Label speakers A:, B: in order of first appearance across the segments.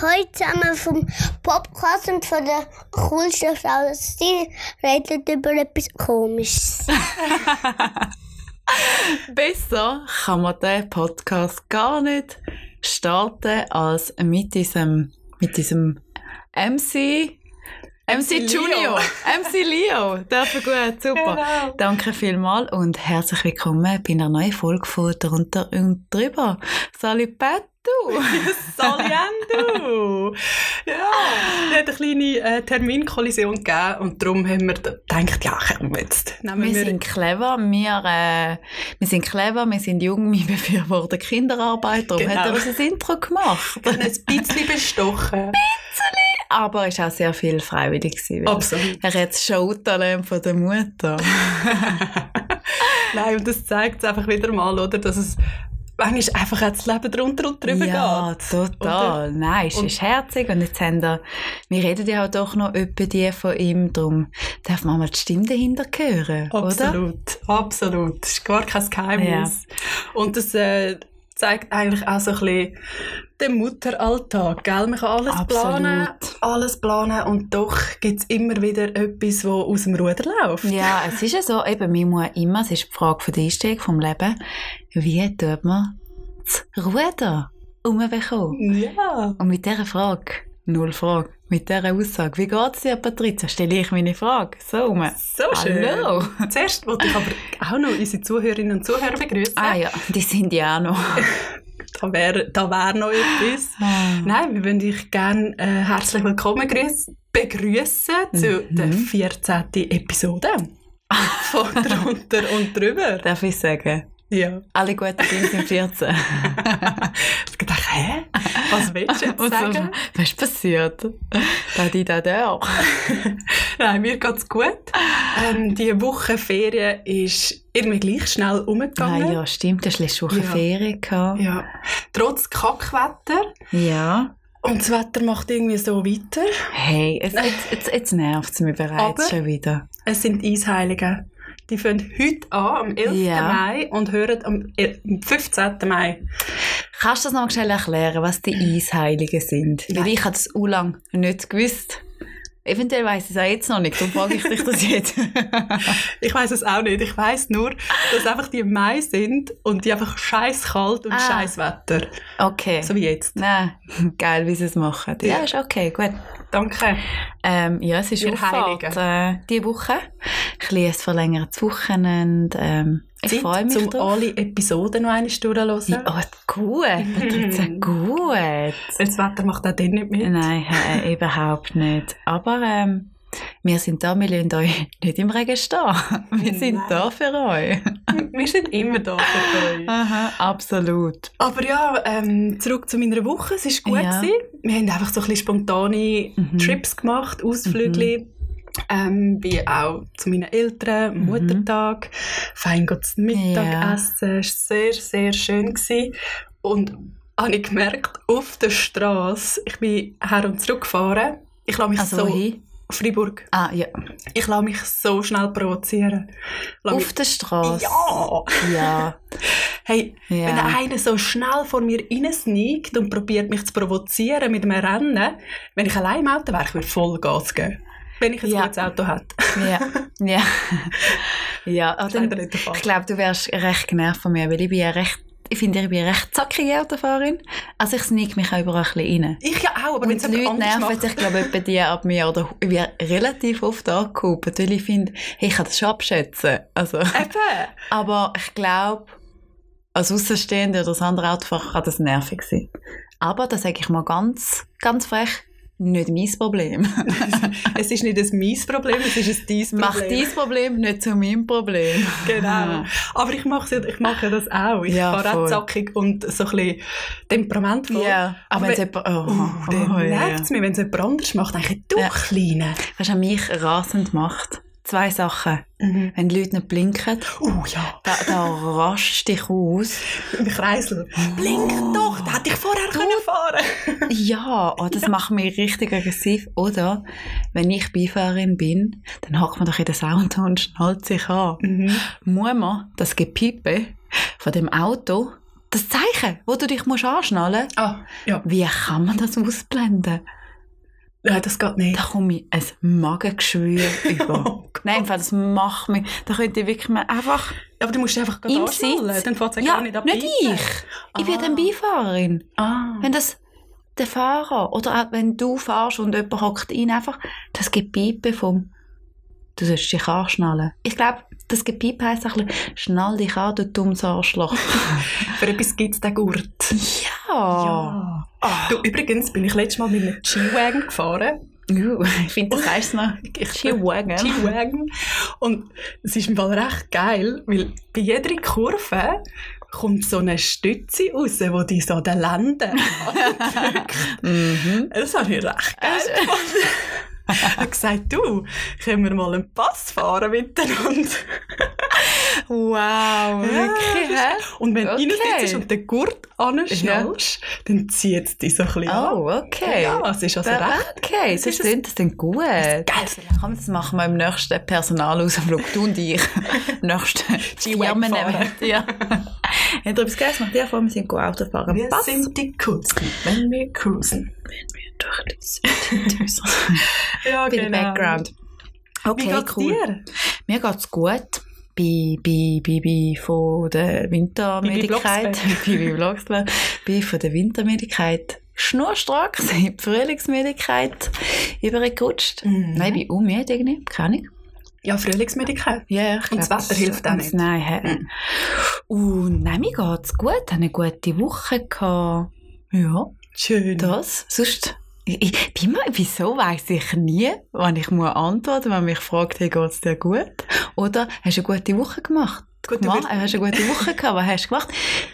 A: Heute haben wir vom Podcast und von der coolsten Frau, dass die redet über etwas Komisches.
B: Besser kann man den Podcast gar nicht starten als mit diesem, mit diesem MC. MC
C: Leo.
B: Junior, MC Leo, dafür gut, super.
C: Genau.
B: Danke vielmals und herzlich willkommen bei einer neuen Folge von Drunter und Drüber. Salut Pettu!
C: Saliendo! ja, es hat eine kleine äh, Terminkollision gegeben und darum haben wir da gedacht, ja, komm jetzt. Nehmen
B: Wir
C: wir,
B: sind clever, wir, äh, wir sind clever, wir sind jung, wir befürworten Kinderarbeit, darum
C: Genau.
B: hat er uns ein Intro gemacht.
C: wir haben ein bisschen bestochen.
B: Aber es war auch sehr viel freiwillig. Gewesen, weil
C: Absolut.
B: er hat das Showtalent von der Mutter.
C: Nein, und das zeigt es einfach wieder mal, oder, dass es manchmal einfach auch das Leben drunter und drüber
B: ja,
C: geht.
B: total. Nein, es
C: und-
B: ist herzig und jetzt haben wir, wir reden ja auch doch noch über die von ihm, darum darf man mal die Stimme dahinter hören, oder?
C: Absolut, absolut. Das ist gar kein Geheimnis. Und das äh, zeigt eigentlich auch so ein bisschen den Mutteralltag, gell? Man kann alles planen,
B: Absolut.
C: alles planen und doch gibt es immer wieder etwas, was aus dem Ruder läuft.
B: Ja, es ist ja so, eben, man muss immer, es ist die Frage von der Einstellung vom Leben, wie tut man das Ruder umbekommen?
C: Ja.
B: Und mit dieser Frage, null Frage, mit dieser Aussage, wie geht es dir, Patrizia, stelle ich meine Frage, so rum.
C: So schön.
B: Hallo!
C: Zuerst wollte ich aber auch noch unsere Zuhörerinnen und Zuhörer begrüßen.
B: Ah ja, die sind ja auch noch.
C: Da wäre da wär noch etwas. Nein, wir würden dich gerne äh, herzlich willkommen grüß- begrüßen zu
B: Mhm.
C: der 14. Episode von «Drunter und drüber».
B: Darf ich sagen,
C: Ja.
B: alle guten Dinge sind 14.
C: Ich dachte, hä? Was willst du jetzt
B: Und so,
C: sagen?
B: was ist passiert? Da, die, da, da.
C: Nein, mir geht's gut. Ähm, die Woche Ferien ist irgendwie gleich schnell
B: Ah
C: umgegangen.
B: ja, stimmt, du hast letzte Woche
C: Ja.
B: Ferien gehabt.
C: ja. Trotz Kackwetter.
B: ja.
C: Und das Wetter macht irgendwie so weiter.
B: Hey, jetzt, jetzt, jetzt, jetzt nervt es mich bereits
C: Aber-
B: schon wieder.
C: Es sind Eisheiligen. Die fangen heute an, am 11.
B: Ja.
C: Mai, und hören am el- am 15. Mai.
B: Kannst du das noch mal schnell erklären, was die Eisheiligen sind? Weil
C: Nein.
B: ich habe das auch lang nicht gewusst. Eventuell weiss ich es auch jetzt noch nicht, darum frage ich dich das jetzt.
C: Ich weiß es auch nicht. Ich weiß nur, dass einfach die im Mai sind und die einfach scheiß kalt und
B: Ah.
C: scheiß Wetter.
B: Okay.
C: So wie jetzt.
B: Nein, geil, wie sie es machen. Ja,
C: Ja.
B: ist okay, gut.
C: Danke.
B: Ähm, ja, es ist
C: Wir
B: Auffahrt äh, diese Woche. Ein bisschen ein verlängertes Wochenende. Ähm, ich
C: Zeit,
B: freue mich
C: um
B: drauf.
C: alle Episoden noch eine durchzuhören.
B: Oh, gut, Patrizia, gut.
C: Das Wetter macht auch den nicht mit.
B: Nein, äh, überhaupt nicht. Aber ähm, wir sind da, wir lassen euch nicht im Regen stehen. Wir sind
C: Nein.
B: da für euch.
C: Wir sind immer da für euch.
B: Aha, absolut.
C: Aber ja, ähm, zurück zu meiner Woche. Es war gut.
B: Ja.
C: gewesen. Wir haben einfach so ein bisschen spontane
B: Mhm.
C: Trips gemacht, Ausflüge. Ähm, wie auch zu meinen Eltern, am
B: Mhm.
C: Muttertag. Fein geht's Mittagessen. Es war sehr, sehr schön. Gewesen. Und habe ich gemerkt, auf der Straße, ich bin her und zurück gefahren. Ich lasse mich
B: Also
C: so...
B: wohin?
C: Freiburg.
B: Ah, ja.
C: Ich lasse mich so schnell provozieren. Lass
B: Auf der
C: mich,
B: Straße.
C: ja!
B: Ja.
C: Hey,
B: Ja.
C: Wenn einer so schnell vor mir reinsneakt und probiert mich zu provozieren mit einem Rennen, wenn ich allein im Auto wäre, ich würde voll Gas geben. Wenn ich ein
B: Ja.
C: gutes Auto hätte.
B: Ja. Ja. ja. Ah, dann-
C: Leider nicht der Fall.
B: Ich glaube, du wärst recht genervt von mir, weil ich bin ja recht, ich finde, ich bin eine recht zackige Autofahrerin. Also ich sneak mich auch überall ein bisschen rein.
C: Ich ja auch, aber wenn
B: Und
C: es
B: die
C: jemand
B: Leute
C: anders
B: nerven
C: macht.
B: sich, glaube ich, etwa die ab mir oder ich werde relativ oft angehoben, weil ich finde, hey, ich kann das schon abschätzen. Also,
C: Eben.
B: aber ich glaube, als Außenstehende oder als andere Autofahrer kann das nervig sein. Aber, das sage ich mal ganz, ganz frech, nicht mein Problem.
C: es ist nicht ein mein Problem, es ist ein dein Problem.
B: Mach dein Problem nicht zu meinem Problem.
C: Genau. Aber ich mache, ja, ich mache das auch. Ich
B: Ja,
C: fahre auch
B: voll.
C: zackig und so ein bisschen temperamentvoll.
B: Ja, aber wenn es
C: wenn-
B: jemand... Oh,
C: Uh,
B: oh,
C: dann
B: ja, ja.
C: nervt es mich, wenn es jemand anders macht. Denke Ich du
B: Ja.
C: Kleine.
B: Was an mich rasend macht, zwei Sachen.
C: Mhm.
B: Wenn die Leute nicht blinken,
C: Uh, ja.
B: da, da rast ich aus.
C: Im Kreisel.
B: Oh.
C: Blink doch, da hätte ich vorher können fahren
B: Ja, oh, das macht mich richtig aggressiv. Oder wenn ich Beifahrerin bin, dann hockt man doch in den Sound und schnallt sich an.
C: Mhm.
B: Muss man das Gepiepe von dem Auto das Zeichen, wo du dich musst anschnallen musst,
C: Ah, ja.
B: wie kann man das ausblenden?
C: Nein, Äh, das geht nicht.
B: Da komme ich ein Magengeschwür über.
C: Oh Gott.
B: Nein, im Fall, das macht mich. Da könnte ich wirklich mal einfach.
C: Aber du musst einfach gerade
B: Im
C: anschnallen,
B: Sitz.
C: dann fährt es
B: ja,
C: gar nicht ab.
B: nicht
C: Bitte.
B: ich. Ich bin
C: Ah.
B: dann Beifahrerin.
C: Ah.
B: Wenn das der Fahrer oder auch wenn du fährst und jemand hockt ihn einfach, das gibt Piepen vom. Du sollst dich anschnallen. Ich glaube, das gibt Piepen heisst ein bisschen, schnall dich an, du dummes Arschloch.
C: Für etwas gibt es den Gurt.
B: ja. Ah.
C: Du, übrigens bin ich letztes Mal mit einem G-Wagen gefahren.
B: Juh, Uh, ich finde, das heisst noch. Chihuahua.
C: G-Wagen. Und es ist im Fall recht geil, weil bei jeder Kurve kommt so eine Stütze raus, wo die so den Lenden
B: Mhm.
C: Das habe ich recht geil
B: Also-
C: gefunden. Ich habe gesagt, du, können wir mal einen Pass fahren miteinander?
B: Wow, wirklich, hä?
C: Und wenn
B: Okay.
C: du reinsitzt und den Gurt anschnallst, dann zieht es dich so ein bisschen an.
B: Oh, okay.
C: Ja, es ist also
B: Da-
C: recht
B: Okay, das
C: ist
B: ist das denn gut.
C: geil.
B: Komm, das machen wir im nächsten Personalausflug. Du und ich. Im nächsten
C: Firmen-
B: Ja. Habt ihr etwas gegessen? Macht ihr vor, wir sind Auto fahren.
C: Wir sind die Kutzen, wenn wir cruisen.
B: durch das
C: Ja, genau.
B: Bei Background.
C: Wie
B: Okay,
C: geht's
B: cool.
C: dir?
B: Mir geht's gut. Bei, bei, bei, bei von der Wintermüdigkeit. Bei, bei Blocksberg. Bei von der Wintermüdigkeit. Schnurstracks in die Frühlingsmüdigkeit übergerutscht.
C: Mhm.
B: Nein, ich bin unmüde irgendwie. Keine Ahnung.
C: Ja, Frühlingsmedikament.
B: Ja, ja, ich
C: Und das
B: glaub,
C: Wetter hilft auch
B: und-
C: nicht. Mm.
B: Nein, hä? Und nein, mir geht's gut. Ich eine gute Woche gehabt. Ja,
C: Schön.
B: das. Sonst. Ich, ich bin immer, wieso weiß ich nie, wenn ich muss antworten, wenn mich fragt, hey, geht's dir gut? Oder hast du eine gute Woche gemacht?
C: Gut, du
B: Mann,
C: wirst-
B: hast du eine gute Woche gehabt? Was hast du gemacht?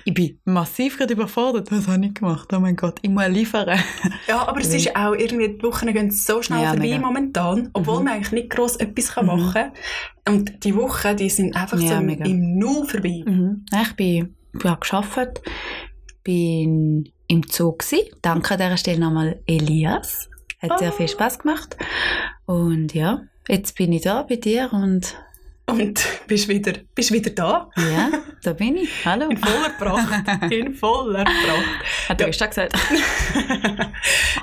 B: Ich bin massiv gerade überfordert. Was habe ich gemacht? Oh mein Gott, ich muss liefern.
C: Ja, aber es ist auch irgendwie, die Wochen gehen so schnell
B: Ja,
C: vorbei
B: mega.
C: momentan, obwohl
B: Mhm.
C: man eigentlich nicht gross etwas
B: Mhm.
C: kann machen kann. Und die Wochen, die sind einfach
B: Ja,
C: so im-
B: mega.
C: im Nu vorbei.
B: Mhm. Nein, Ich bin, bin auch geschafft, bin im Zug gsi. Danke an dieser Stelle nochmal Elias. Hat sehr
C: Ah.
B: viel Spaß gemacht. Und ja, jetzt bin ich da bei dir und
C: Und bist wieder, bist wieder da,
B: ja, da bin ich. Hallo. Ah,
C: in voller Pracht. in voller Pracht.
B: Hat
C: Ja.
B: er gestern gesagt?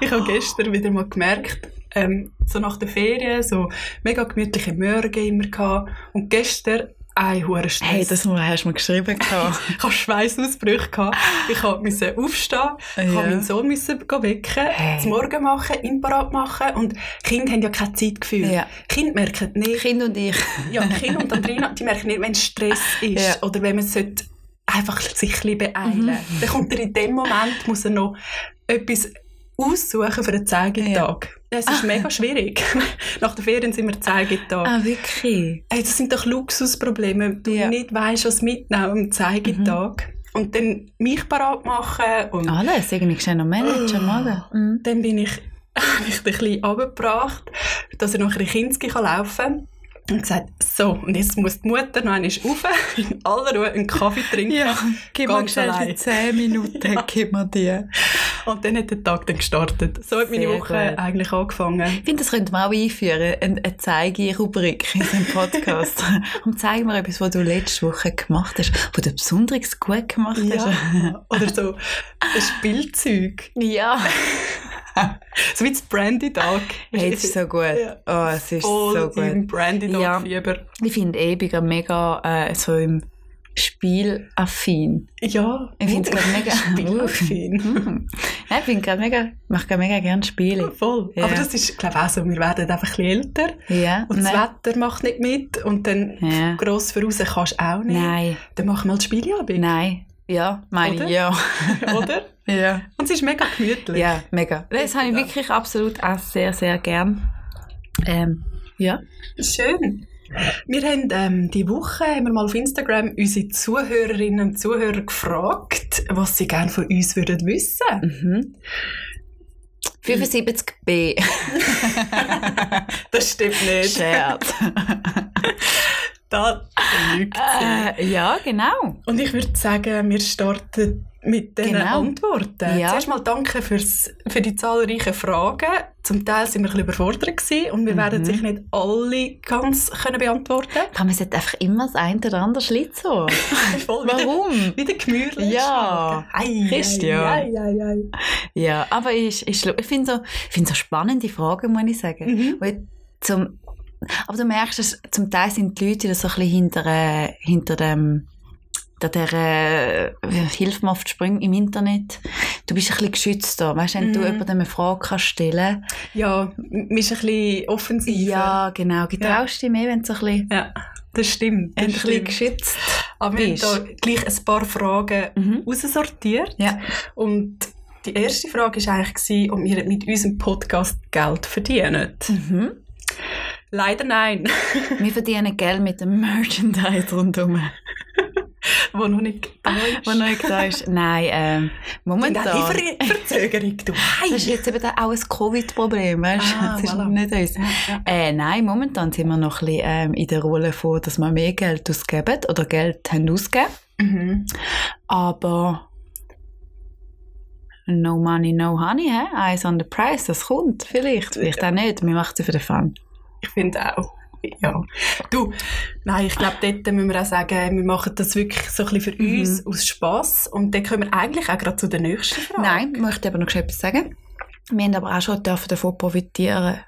C: Ich habe gestern wieder mal gemerkt, ähm, so nach der Ferien, so mega gemütliche Morgen immer gehabt. Und gestern ein hoher Stress.
B: Hey, das hast du mir geschrieben. gehabt.
C: Ich hatte Schweißausbrüche. Gehabt. Ich musste aufstehen, ich
B: Ja.
C: habe meinen Sohn müssen wecken,
B: Hey.
C: zum Morgen machen, ihn parat machen. Und Kinder haben ja kein Zeitgefühl.
B: Ja.
C: Kinder merken nicht,
B: kind und ich.
C: ja, Kinder und Andrina, die merken nicht, wenn Stress ist
B: Ja. Mhm.
C: oder wenn man sollte einfach sich ein bisschen beeilen Dann kommt er in dem Moment, muss er noch etwas aussuchen für den Zeigetag. Es ist mega schwierig. Nach der Ferien sind wir Zeigetag.
B: Ah, wirklich?
C: Hey, das sind doch Luxusprobleme, wenn du
B: Ja. Mhm.
C: nicht weißt, was mitnehmen am Zeigetag. Und dann mich parat machen und
B: Alles, irgendwie schnell noch managen, oder? Mhm.
C: dann bin ich, bin ich ein bisschen runtergebracht, dass er noch ein bisschen Kinski kann laufen kann. Und gesagt, so, und jetzt muss die Mutter noch einmal rauf, in aller Ruhe einen Kaffee trinken.
B: gib
C: mir schnell die
B: 10 Minuten, gib mir die.
C: Und dann hat der Tag dann gestartet. So hat meine
B: Sehr
C: Woche
B: gut.
C: eigentlich angefangen.
B: Ich finde, das könnten wir auch einführen, eine, eine Zeige-Rubrik in diesem Podcast. Und zeig mir etwas, was du letzte Woche gemacht hast, was du besonders gut gemacht hast.
C: Ja. Oder so ein Spielzeug.
B: Ja.
C: So wie das Brandy-Tag.
B: Hey, es ist so gut.
C: Ja.
B: Oh, es ist
C: Voll
B: so gut.
C: im Brandy-Tag-Fieber.
B: Ich finde Ebiger mega äh, so im Spielaffin.
C: Ja,
B: Ich finde es gerade mega...
C: spielaffin.
B: Mhm. Ja, ich finde gerade mega... mache gerade mega gerne Spiele.
C: Voll.
B: Ja.
C: Aber das ist, glaube ich, auch so. Wir werden einfach ein bisschen älter
B: Ja.
C: und das
B: Nein.
C: Wetter macht nicht mit und dann
B: Ja.
C: gross voraus kannst du auch nicht.
B: Nein.
C: Dann machen wir halt Spieleabend,
B: Nein. Ja, meine
C: Oder?
B: ich, ja.
C: oder?
B: Ja.
C: Und es ist mega gemütlich.
B: Ja, mega. Das habe ich wirklich absolut auch sehr, sehr gern. Ähm, ja.
C: Schön. Wir haben ähm, die Woche haben wir mal auf Instagram unsere Zuhörerinnen und Zuhörer gefragt, was sie gerne von uns würden wissen.
B: Mhm. 75b.
C: Das stimmt nicht.
B: Scherz.
C: Das lügt sie.
B: äh, ja, genau.
C: Und ich würde sagen, wir starten mit diesen
B: Genau.
C: Antworten.
B: Ja.
C: Zuerst mal danke fürs, für die zahlreichen Fragen. Zum Teil sind wir ein bisschen überfordert gewesen und wir
B: Mhm.
C: werden sicher nicht alle ganz können beantworten
B: Aber man sollte einfach immer das eine oder andere Schlitzohr.
C: Voll wieder,
B: Warum?
C: wieder gemütlich.
B: Ja.
C: ei,
B: Christian.
C: Ei, ei, ei, ei.
B: Ja, aber ich, ich, schlu- ich finde so, ich find so spannende Fragen, muss ich sagen.
C: Mhm.
B: Weil zum, aber du merkst, dass zum Teil sind die Leute da so ein bisschen hinter, äh, hinter dem da der äh, hilf mir auf die Sprünge im Internet. Du bist ein bisschen geschützter. Weißt du, wenn du
C: Mhm.
B: jemandem eine Frage kannst stellen
C: Ja, man ist ein bisschen offensiver.
B: Ja, genau. Getraust dich mehr, wenn du so ein bisschen,
C: ja das stimmt.
B: wenn
C: Das
B: du ein bisschen
C: stimmt.
B: geschützt
C: Aber wir
B: bist.
C: haben da gleich ein paar Fragen
B: mhm.
C: raussortiert.
B: Ja.
C: Und die erste Frage war eigentlich, gewesen, ob wir mit unserem Podcast Geld verdienen.
B: Mhm.
C: Leider nein.
B: Wir verdienen Geld mit dem Merchandise rundherum.
C: Wo noch nicht da ist.
B: Ah, Wo neu da ist, nein, ähm,
C: Und auch
B: momentan.
C: die Ver Verzögerung, du
B: Das ist
C: Hei!
B: jetzt eben da auch ein Covid-Problem, weißt du?
C: Ah,
B: das ist
C: voilà.
B: nicht uns.
C: Ja.
B: Äh, nein, momentan sind wir noch ein bisschen ähm, in der Rolle von, dass wir mehr Geld ausgeben oder Geld haben ausgegeben.
C: Mhm.
B: Aber no money, no honey, hä? Eyes on the price, das kommt vielleicht. Vielleicht auch nicht, wir machen es für den Fun.
C: Ich finde auch. Ja. Du, nein, ich glaube, dort müssen wir auch sagen, wir machen das wirklich so ein bisschen für
B: Mhm.
C: uns aus Spass. Und dann kommen wir eigentlich auch gerade zu der nächsten Frage.
B: Nein, ich möchte aber noch etwas sagen. Wir haben aber auch schon dürfen davon profitieren.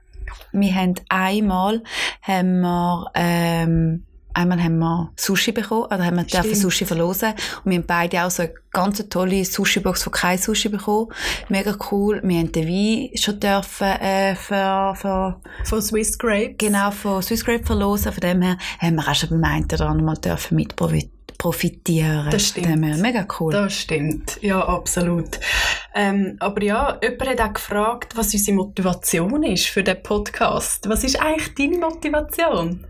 B: Wir haben einmal haben wir, ähm, einmal haben wir Sushi bekommen, oder haben wir
C: Stimmt.
B: dürfen Sushi verlosen und wir haben beide auch so eine ganz tolle Sushi-Box von Kai Sushi bekommen. Mega cool. Wir haben den Wein schon dürfen äh, ver, ver,
C: Von Swiss Grapes.
B: genau von Swiss Grape verlosen. Von dem her haben wir auch schon beim einen oder anderen Mal dürfen mit profi- profitieren.
C: Das stimmt.
B: Von dem her mega cool.
C: Das stimmt, ja, absolut. Ähm, aber ja, jemand hat auch gefragt, was unsere Motivation ist für den Podcast. Was ist eigentlich deine Motivation?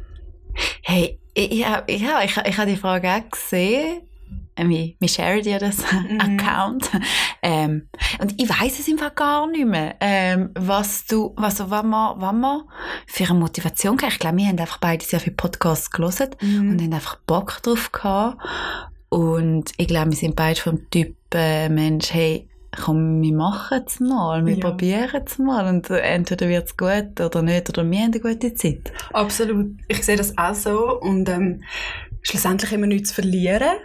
B: Hey, ich, ich, hab- ich, hab- ich, ich habe die Frage auch gesehen. Äh, Wir, wir sharen dir das Account. Ähm, und ich weiß es einfach gar nicht mehr, ähm, was du, was, was, wir, was wir für eine Motivation hatten. Ich glaube, wir haben einfach beide sehr viele Podcasts gelesen
C: Mhm.
B: und haben einfach Bock drauf gehabt. Und ich glaube, wir sind beide vom Typ äh, Mensch, hey, komm, wir machen es mal, wir
C: Ja.
B: probieren es mal und äh, entweder wird es gut oder nicht oder wir haben eine gute Zeit.
C: Absolut, ich sehe das auch so und ähm, schlussendlich immer nichts zu verlieren.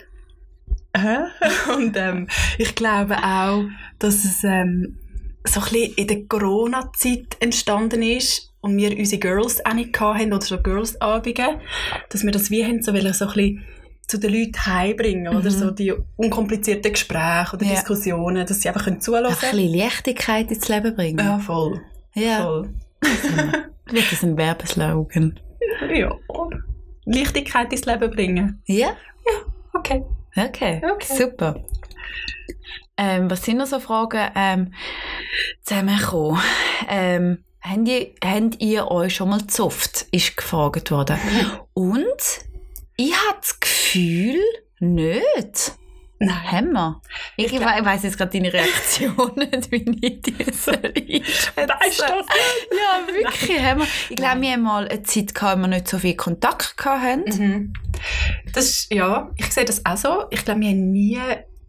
C: Hä? und ähm, ich glaube auch, dass es ähm, so ein bisschen in der Corona-Zeit entstanden ist und wir unsere Girls auch nicht hatten oder so Girls-Abende, dass wir das wie haben, so, wollen, so ein bisschen zu den Leuten heimbringen, oder?
B: Mhm.
C: So die unkomplizierten Gespräche oder
B: Ja.
C: Diskussionen, dass sie einfach können zuhören
B: Einfach ein
C: können.
B: bisschen Leichtigkeit ins Leben bringen.
C: Ja, voll.
B: Ja,
C: voll.
B: wird das ein Werbeslogan.
C: Ja. Leichtigkeit ins Leben bringen.
B: Ja,
C: Okay.
B: okay,
C: Okay.
B: super. Ähm, was sind noch so Fragen ähm, zusammengekommen? Ähm, habt, ihr, habt ihr euch schon mal gezofft, ist gefragt worden. Und ich habe das Gefühl, nicht.
C: Nein.
B: Haben wir. Ich,
C: Ich
B: ich,
C: glaub-
B: weiss jetzt gerade deine Reaktion nicht, wie ich die soll
C: Weißt du
B: einschätzen.
C: das?
B: Ja, wirklich. Haben wir. Ich glaube, wir haben mal eine Zeit gehabt, wo wir nicht so viel Kontakt hatten.
C: Mhm. Das ist, ja, ich sehe das auch so. Ich glaube, wir haben nie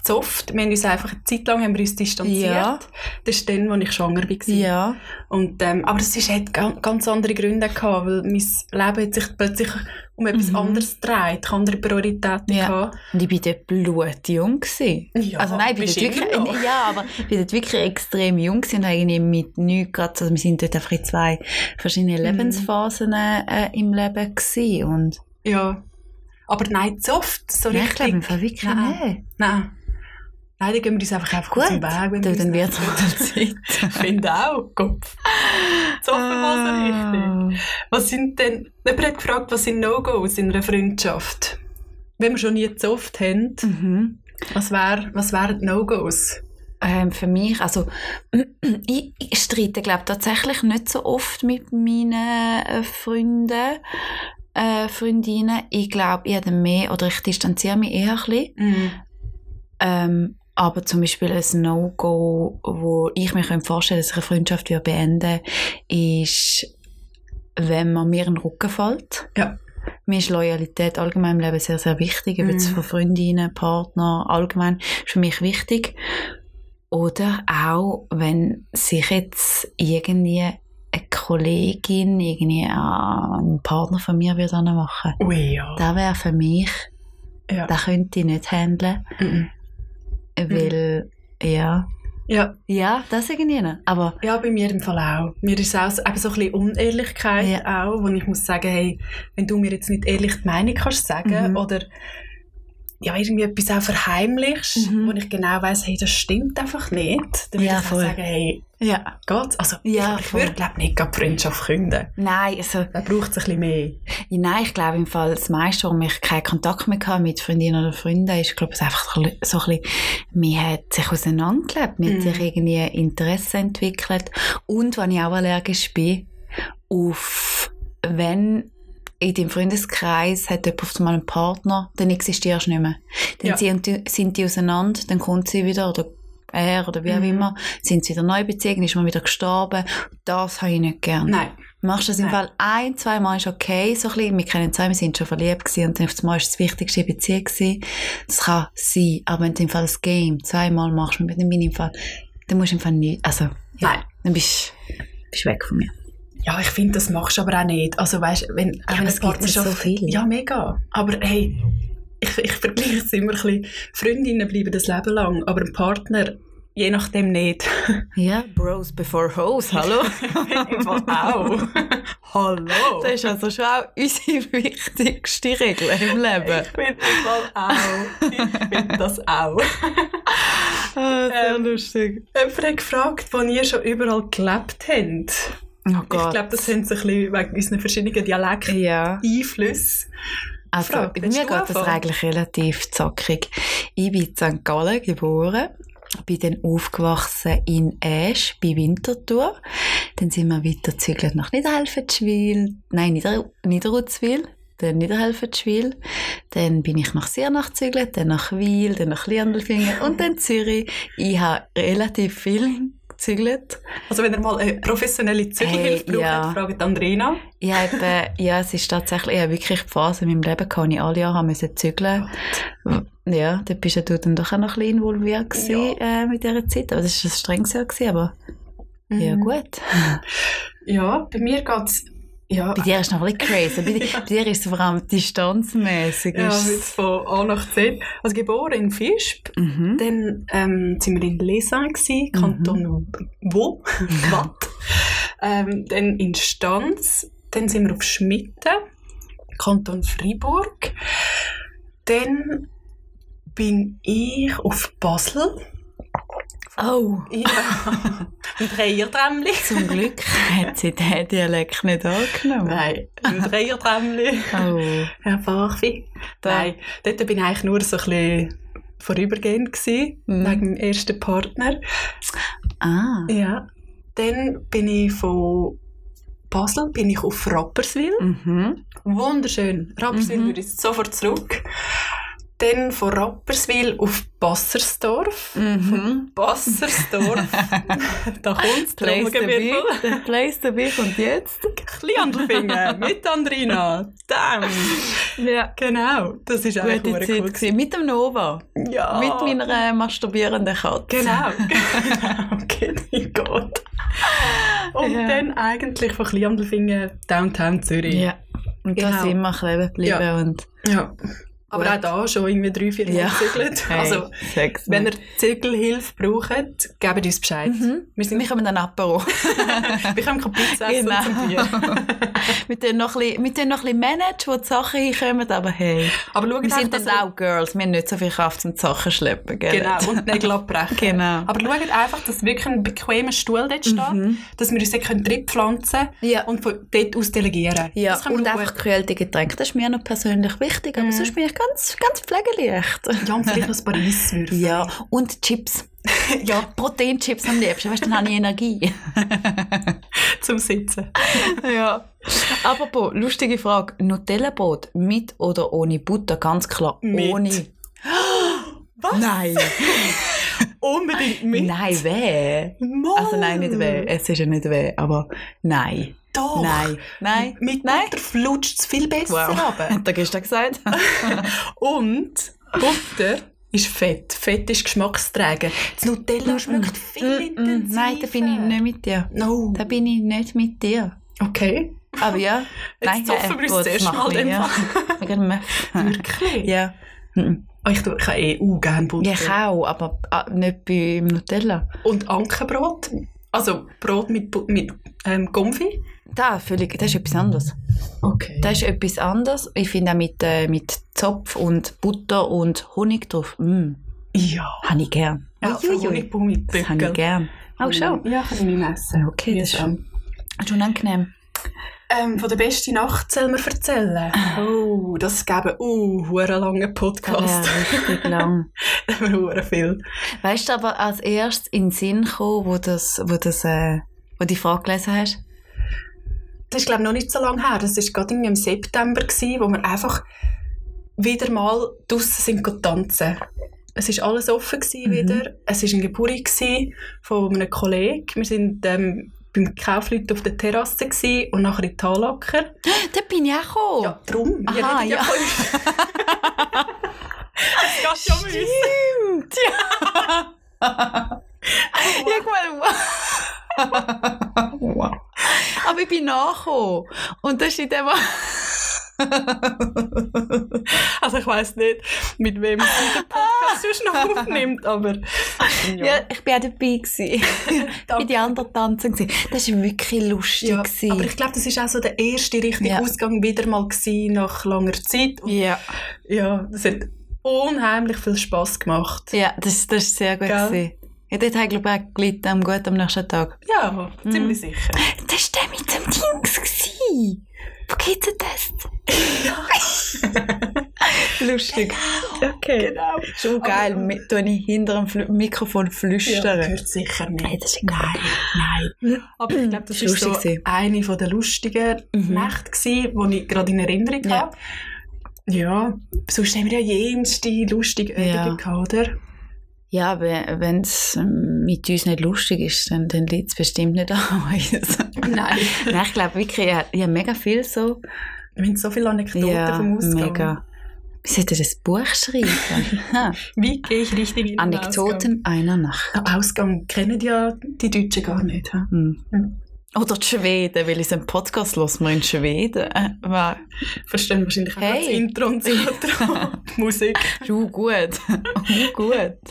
C: zu oft, wir haben uns einfach eine Zeit lang haben wir uns distanziert.
B: Ja.
C: Das ist dann, als ich schwanger war.
B: Ja.
C: Und, ähm, aber es hat ganz, ganz andere Gründe gehabt, weil mein Leben hat sich plötzlich um etwas
B: Mhm.
C: anderes gedreht, ich andere Prioritäten
B: Ja.
C: gehabt.
B: Und ich war dort blutjung. gewesen.
C: Ja,
B: also nein, ich
C: bist
B: war dort
C: immer noch.
B: wirklich, ja, aber ich war dort wirklich extrem jung gewesen und habe irgendwie mit nichts gerade, also wir sind dort einfach in zwei verschiedenen
C: Mhm.
B: Lebensphasen äh, im Leben gewesen. und
C: Ja. Aber nein, zu oft, so
B: Nein, ich glaube im
C: richtig.
B: Fall wirklich
C: Nein.
B: nicht.
C: Nein. Nein, dann gehen wir uns einfach, einfach
B: Gut,
C: aus dem Weg. wenn wir
B: du,
C: uns
B: dann
C: nicht-
B: wird es mal
C: Ich
B: Zeit.
C: finde auch, Kopf. Zu offen
B: Ah.
C: mal so richtig. Was sind denn, jemand hat gefragt, was sind No-Gos in einer Freundschaft? Wenn wir schon nie zu oft haben,
B: so mhm.
C: was, wär, was wären die No-Gos?
B: Ähm, für mich, also ich, ich streite glaube tatsächlich nicht so oft mit meinen äh, Freunden, äh, Freundinnen. Ich glaube, ich habe mehr oder ich distanziere mich eher ein bisschen. Ähm, aber zum Beispiel ein No-Go, wo ich mir könnte vorstellen dass ich eine Freundschaft würde beenden würde, ist, wenn man mir in den Rücken fällt.
C: Ja.
B: Mir ist Loyalität allgemein im Leben sehr, sehr wichtig. Ob
C: Mhm.
B: jetzt von Freundinnen, Partner, allgemein ist für mich wichtig. Oder auch, wenn sich jetzt irgendwie eine Kollegin, irgendwie äh, ein Partner von mir würde machen.
C: Ui, Oh ja.
B: Das wäre für mich,
C: Ja.
B: das könnte ich nicht handeln,
C: Mhm.
B: weil, ja,
C: ja.
B: Mhm. ja, das irgendwie nicht. Aber
C: Ja, bei mir im Fall auch. Mir ist auch so- eben so ein bisschen Unehrlichkeit auch, wo ich muss sagen, hey, wenn du mir jetzt nicht ehrlich die Meinung kannst sagen
B: Mhm.
C: oder ja, irgendwie etwas auch verheimlichst,
B: Mhm.
C: wo ich genau weiss, hey, das stimmt einfach nicht, dann würde
B: Ja,
C: ich auch
B: voll.
C: sagen, hey,
B: ja.
C: geht's? Also,
B: Ja,
C: ich, ich
B: voll.
C: würde, glaube nicht gerade die Freundschaft künden.
B: Nein, also,
C: Da braucht es ein bisschen mehr.
B: nein, ich glaube im Fall, das meiste, warum ich keinen Kontakt mehr hatte mit Freundinnen oder Freunden, ist, glaube ich, einfach so ein bisschen, man hat sich auseinandergelebt, man
C: Mhm.
B: hat sich irgendwie Interessen entwickelt und, wenn ich auch allergisch bin, auf, wenn in deinem Freundeskreis hat jemand auf einmal einen Partner, dann existierst du nicht mehr. Dann
C: Ja.
B: sind, die, sind die auseinander, dann kommt sie wieder oder er oder wie auch
C: Mhm.
B: immer, sind sie wieder neu bezogen, ist man wieder gestorben. Das habe ich nicht gern.
C: Nein.
B: Machst du das im
C: Nein.
B: Fall ein, zwei Mal ist okay, so ein bisschen. Wir kennen zwei, wir sind schon verliebt gewesen und dann auf einmal ist das wichtigste Beziehung gewesen. Das kann sein, aber wenn du im Fall das Game zweimal machst, mit dem im Fall, dann musst du im Fall nicht, also, ja,
C: Nein.
B: dann bist bist weg von mir.
C: Ja, ich finde, das machst du aber auch nicht. Also weißt, wenn, auch wenn
B: aber es gibt so viele.
C: Ja, mega. Aber hey, ich, ich vergleiche es immer ein bisschen. Freundinnen bleiben das Leben lang, aber ein Partner je nachdem nicht.
B: Ja, Bros before Hoes, hallo.
C: Auch. Hallo.
B: Das ist also schon auch unsere wichtigste Regel im Leben.
C: Ich bin im Fall auch. Ich bin das auch.
B: Ah,
C: sehr
B: lustig.
C: Jemand hat gefragt, wo ihr schon überall gelebt habt.
B: Oh
C: Ich
B: Gott.
C: glaube, das haben sie ein bisschen wegen unseren verschiedenen Dialekten.
B: ja.
C: Einflüsse.
B: Also,
C: Frage,
B: bei mir
C: willst
B: geht
C: du
B: das
C: anfangen?
B: eigentlich relativ zackig. Ich bin in St. Gallen geboren, bin dann aufgewachsen in Esch bei Winterthur. Dann sind wir weitergezügelt nach Niederhelfenschwil, nein, Nieder Niederutzwil, dann Niederhelfenschwil. Dann bin ich nach Sirnach gezügelt, dann nach Wiel, dann nach Liandelfingen und dann Zürich. Ich habe relativ viel gezügelt.
C: Also wenn ihr mal eine professionelle Zügelhilfe
B: Hey,
C: braucht,
B: ja.
C: fragt Andrina.
B: Ich habe, äh, ja, es ist tatsächlich, ich habe wirklich die Phase in meinem Leben gehabt, wo ich alle Jahre musste zügeln Ja, da bist ja du dann doch auch noch ein bisschen involviert gewesen, äh, mit dieser Zeit. Aber das war ein strenges Jahr, gewesen, aber ja gut.
C: Ja, bei mir geht es... Ja,
B: Bei dir ist es noch ein bisschen crazy. Bei, dir- bei dir ist es vor allem distanzmäßig.
C: ja
B: ist
C: jetzt
B: es-
C: von A nach Z. Also geboren in Fischb,
B: Mhm.
C: dann ähm, sind wir in Lesan, gewesen, Kanton wo, Watt. Ähm, dann in Stanz, dann sind wir auf Schmitten, Kanton Freiburg. Dann bin ich auf Basel.
B: Oh,
C: Ja, im Dreierträmmli.
B: zum Glück hat sie den Dialekt nicht angenommen.
C: Nein, im Dreierträmmli.
B: Oh.
C: Herr Fachwi.
B: Da.
C: Nein, dort bin ich eigentlich nur so ein bisschen vorübergehend gewesen,
B: Mhm.
C: wegen meinem ersten Partner.
B: Ah.
C: Ja. Dann bin ich von Basel bin ich auf Rapperswil.
B: Mhm.
C: Wunderschön. Rapperswil
B: Mhm.
C: würde ich sofort zurück. Dann von Rapperswil auf Bassersdorf.
B: Mhm.
C: Bassersdorf. da kommt
B: Place to be. Der Place to be kommt jetzt.
C: Kliandelfingen mit Andrina. Damn.
B: Ja.
C: Genau, das ist eigentlich
B: Gute
C: verdammt
B: Zeit
C: cool.
B: gewesen. Mit dem Nova.
C: gewesen. Ja.
B: Mit meiner äh, masturbierenden Katze.
C: Ah, Genau, genau, okay, Gott. Und
B: Ja.
C: dann eigentlich von Kliandelfingen Downtown Zürich.
B: Ja. Und da
C: Genau.
B: sind wir kleben geblieben.
C: Ja.
B: Und
C: Ja. Aber
B: Gut.
C: auch da schon irgendwie drei, vier Mal
B: Ja.
C: gezügelt.
B: Hey,
C: Also,
B: sag's
C: wenn ihr
B: nicht.
C: Zügelhilfe braucht, gebt uns Bescheid.
B: Mhm.
C: Wir, sind,
B: Wir kommen dann Apero.
C: wir können keine Pizza essen
B: Genau.
C: zum Bier.
B: mit denen noch ein bisschen, noch ein bisschen manage, wo die Sachen hinkommen, aber hey.
C: Aber schaut
B: Wir
C: einfach,
B: sind
C: dass
B: dann
C: ihr-
B: auch Girls, wir haben nicht so viel Kraft zum die Sachen schleppen, gell?
C: Genau, und nicht abbrechen.
B: Genau. Mhm.
C: Aber schaut einfach, dass wirklich ein bequemer Stuhl dort steht, dass wir uns dort können drin pflanzen
B: Ja.
C: und von dort aus delegieren.
B: Ja,
C: das können
B: und
C: wir
B: einfach gekühlte Getränke, das ist mir noch persönlich wichtig,
C: Mhm.
B: aber sonst bin ich ganz, ganz pflegeleicht.
C: gut. Ja, und vielleicht noch ein paar Eiswürfel.
B: Ja, und Chips.
C: ja,
B: Proteinchips am liebsten, weißt du, dann habe ich Energie.
C: zum Sitzen.
B: ja. Apropos, lustige Frage. Nutella-Brot mit oder ohne Butter? Ganz klar,
C: Mit.
B: ohne.
C: Was?
B: Nein.
C: unbedingt mit. Oh.
B: Nein, weh.
C: Mal.
B: Also nein, nicht weh. Es ist ja nicht weh, aber nein.
C: Doch.
B: Nein. Nein.
C: Mit
B: Nein.
C: Butter flutscht es viel besser runter.
B: Hat er gestern gesagt?
C: Und Butter ist Fett. Fett ist Geschmacksträger. Das Nutella schmeckt viel intensiver.
B: Mm, Nein, da bin ich nicht mit dir.
C: No.
B: Da bin ich nicht mit dir.
C: Okay.
B: Aber ja.
C: Jetzt zoffen wir uns
B: gut,
C: zuerst
B: mach
C: mal
B: ich,
C: den
B: ja.
C: Wirklich?
B: ja. Mhm.
C: Oh, ich, tue, ich habe eh auch gerne Butter.
B: Ja, Ich auch, aber ah, nicht beim Nutella.
C: Und Ankenbrot. Also Brot mit, Bu- mit ähm, Gumpfi.
B: Da, völlig, das ist etwas anderes.
C: Okay.
B: Das ist etwas anderes. Ich finde auch mit, äh, mit Zopf und Butter und Honig drauf. Mm,
C: Ja.
B: habe ich gern.
C: Ja,
B: Uiuiui.
C: Honigbaum mit
B: Das habe ich
C: Böckel.
B: gern. Auch schon.
C: Ja, kann ich nicht essen.
B: Okay, das ist
C: Ja.
B: schon, schon unangenehm.
C: Ähm, von der besten Nacht soll man erzählen. Oh, das gäbe uh, einen langen
B: Das
C: Podcast.
B: wäre richtig lang.
C: Da haben wir hure viel.
B: Weißt du aber als erstes in den Sinn gekommen, wo, das, wo, das, äh, wo die Frage gelesen hast?
C: Das ist, glaube ich, noch nicht so lange her. Das war gerade irgendwie im September, gewesen, wo wir einfach wieder mal draussen sind go tanzen. Es war alles offen gewesen
B: Mhm.
C: wieder. Es war eine Geburt gewesen von einem Kollegen. Wir waren ähm, beim Kaufleuten auf der Terrasse gewesen und nachher in die Talacker.
B: Da bin ich auch gekommen.
C: Ja, darum. Wir
B: Aha,
C: reden Oh. ja.
B: ja.
C: von uns. es geht ja um uns.
B: Stimmt! Ja! Irgendwann, wow. Aber ich bin nachgekommen. Und das ist in dem
C: Also ich weiss nicht, mit wem sie den Podcast sonst noch aufnimmt, aber...
B: ja. ich bin auch dabei. Gewesen. ich bin die anderen tanzen. Gewesen. Das war wirklich lustig.
C: Ja,
B: gewesen.
C: aber ich glaube, das war auch so der erste richtige
B: Ja.
C: Ausgang wieder mal gewesen, nach langer Zeit. Und
B: ja.
C: ja, das hat unheimlich viel Spass gemacht.
B: ja, das war sehr gut.
C: Gell?
B: Gewesen. Ja, dort habe ich glaube ich auch gelitten, am gut am nächsten Tag.
C: Ja,
B: Mhm.
C: ziemlich sicher.
B: Das war der mit dem Dings. Gewesen. Wo geht denn das? lustig.
C: Okay. Genau.
B: Schon geil, mit, tue ich hinter dem Flü Mikrofon
C: Ja,
B: flüstern.
C: gehört sicher
B: Nein,
C: nicht.
B: das ist geil. Nein.
C: Aber ich glaube, das
B: Das war
C: war so
B: lustig gewesen.
C: eine von der lustigen
B: Mhm.
C: Nächte, gewesen, die ich gerade in Erinnerung
B: Ja.
C: habe. Ja, sonst haben wir ja jenste lustige
B: Ja.
C: Übungen gehabt, oder?
B: Ja, wenn es mit uns nicht lustig ist, dann, dann liegt es bestimmt nicht an uns.
C: Nein.
B: Nein, ich glaube wirklich, ich habe mega viel so.
C: Wir haben so viele Anekdoten
B: ja,
C: vom Ausgang.
B: mega. Wir sollten ein Buch schreiben. Ha,
C: Wie gehe ich richtig in den Ausgang?
B: Anekdoten einer Nacht.
C: Den Ausgang kennen ja die Deutschen gar nicht. hä?
B: Hm.
C: Hm.
B: Oder die Schweden, weil unseren Podcast hören wir in Schweden. Äh, wa-
C: Verstehen wahrscheinlich auch
B: Hey.
C: das Intro und das Outro. Die Musik.
B: Schon gut. Schon gut.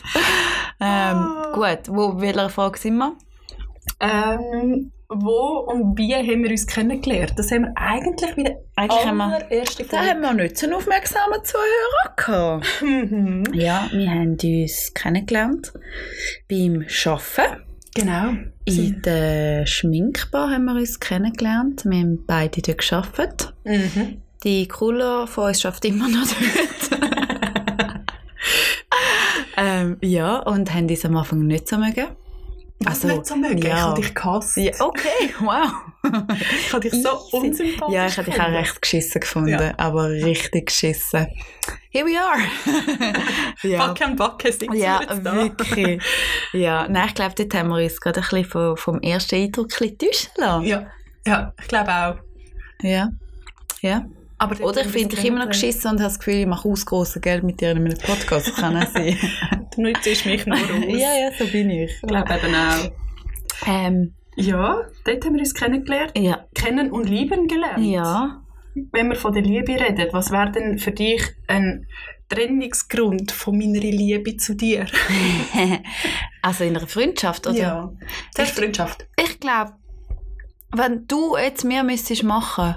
B: ähm, gut, wo welcher Frage sind wir?
C: Ähm, wo und wie haben wir uns kennengelernt? Das haben wir eigentlich wieder
B: Eigentlich haben wir-
C: allererste
B: wir nicht so einen aufmerksamen Zuhörer gehabt.
C: Mhm.
B: Ja, wir haben uns kennengelernt beim Arbeiten.
C: Genau.
B: In der Schminkbar haben wir uns kennengelernt. Wir haben beide dort gearbeitet.
C: Mhm.
B: Die Kula von uns schafft immer noch dort. ähm, ja, und haben uns am Anfang nicht so mögen.
C: Was
B: Also,
C: nicht so mögen. Ich
B: ja.
C: habe dich gehasst.
B: Ja, okay, wow.
C: Ich habe dich so
B: Easy.
C: unsympathisch
B: Ja, ich habe dich auch
C: gefunden.
B: recht geschissen gefunden,
C: Ja.
B: aber richtig geschissen. Here we are. ja,
C: Backe an Backe sitzen
B: ja
C: wir jetzt da.
B: wirklich. Ja, nein, ich glaube, dort haben wir uns gerade ein bisschen vom, vom ersten Eindruck ein bisschen täuschen lassen.
C: Ja. ja, ich glaube auch.
B: Ja. ja.
C: Aber dort
B: Oder ich
C: haben wir
B: finde
C: uns
B: dich immer noch
C: kennengelernt.
B: geschissen und habe das Gefühl, ich mache ausgrosses Geld mit dir in meinem Podcast. Das kann auch sein.
C: Du nützt mich nur aus.
B: ja, so bin ich.
C: Ich glaube eben auch.
B: Ähm,
C: Ja, dort haben wir uns kennengelernt.
B: ja.
C: Kennen und lieben gelernt.
B: Ja.
C: Wenn wir von der Liebe reden, was wäre denn für dich ein Trennungsgrund von meiner Liebe zu dir?
B: also in einer Freundschaft, oder?
C: Ja. Zuerst Freundschaft.
B: Ich glaube, wenn du jetzt mehr müsstest machen,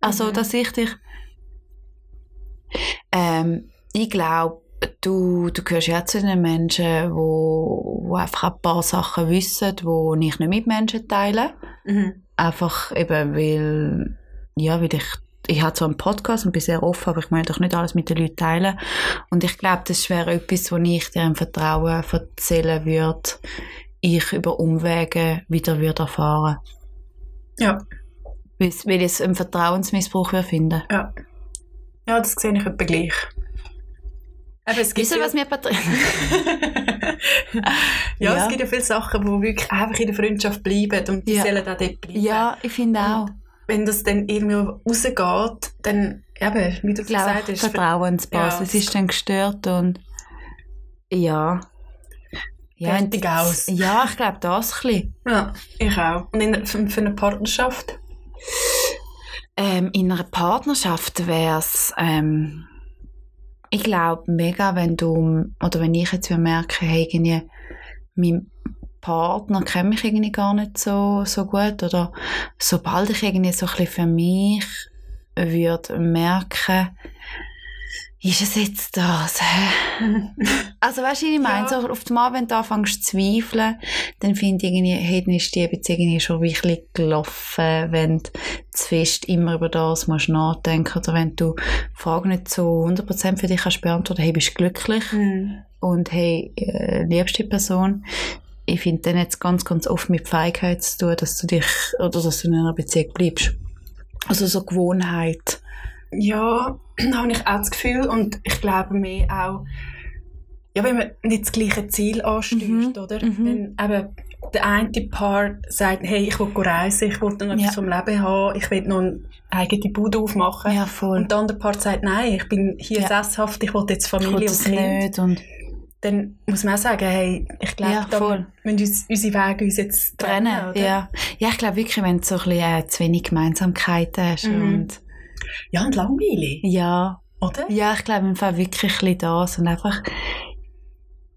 B: also dass ich dich, ähm, ich glaube, du, du gehörst ja zu den Menschen, wo, wo einfach ein paar Sachen wissen, wo ich nicht mit Menschen teile,
C: Mhm.
B: einfach eben weil, ja, weil ich ich habe so einen Podcast und bin sehr offen, aber ich möchte doch nicht alles mit den Leuten teilen. Und ich glaube, das wäre etwas, wo ich dir im Vertrauen erzählen würde, ich über Umwege wieder würde erfahren.
C: Ja.
B: Weil es- weil ich es einen Vertrauensmissbrauch würde finden.
C: Ja, das sehe ich etwa gleich. Aber es gibt
B: Wissen,
C: ja,
B: was wir betreiben?
C: ja,
B: Ja.
C: es gibt ja viele Sachen, die wirklich einfach in der Freundschaft bleiben und die
B: Ja.
C: sollen auch dort bleiben.
B: Ja, ich finde auch.
C: Wenn das dann irgendwo rausgeht, dann, eben, wie du
B: Ich glaube,
C: gesagt hast,
B: Vertrauensbasis
C: Ja.
B: ist dann gestört und ja. und-
C: Fertig aus.
B: Ja, ich glaube das ein bisschen.
C: Ja, ich auch. Und in, für, für eine Partnerschaft?
B: Ähm, in einer Partnerschaft wäre es, ähm, ich glaube, mega, wenn du, oder wenn ich jetzt merke, hey, irgendwie, mein Partner kenne mich irgendwie gar nicht so, so gut, oder sobald ich irgendwie so ein bisschen für mich würde merken, ist es jetzt das? hä? also weißt du, was ich meine,
C: Ja.
B: so auf dem Abend, wenn du anfängst zu zweifeln, dann finde ich irgendwie, hey, dann ist die Beziehung irgendwie schon wirklich gelaufen, wenn du zu fest immer über das musst nachdenken oder wenn du Fragen nicht zu 100% für dich kannst beantworten, hey, bist du glücklich? und hey, äh, liebst die Person, ich finde dann jetzt ganz, ganz oft mit Feigheit zu tun, dass du dich oder dass du in einer Beziehung bleibst. Also so Gewohnheit.
C: Ja, habe ich auch das Gefühl und ich glaube mehr auch, ja, wenn man nicht das gleiche Ziel ansteuert,
B: Mhm,
C: oder?
B: mhm.
C: Wenn eben der eine Part sagt, hey, ich will go reisen, ich will noch etwas
B: Ja.
C: vom Leben haben, ich will noch eine eigene Bude aufmachen.
B: Ja, voll.
C: Und der andere Part sagt, nein, ich bin hier
B: Ja.
C: sesshaft, ich will jetzt
B: Ich
C: Familie
B: will
C: und
B: das
C: Kind.
B: nicht und
C: Dann muss man auch sagen, hey, ich glaube,
B: Ja,
C: da
B: voll.
C: müssen uns, unsere Wege uns jetzt trennen,
B: trennen.
C: oder?
B: Ja. ja, ich glaube wirklich, wenn du so ein bisschen äh, zu wenig Gemeinsamkeiten hast
C: Mhm.
B: und
C: ja, und langweilig,
B: ja,
C: oder?
B: ja, ich glaube im Fall wirklich ein bisschen das und einfach,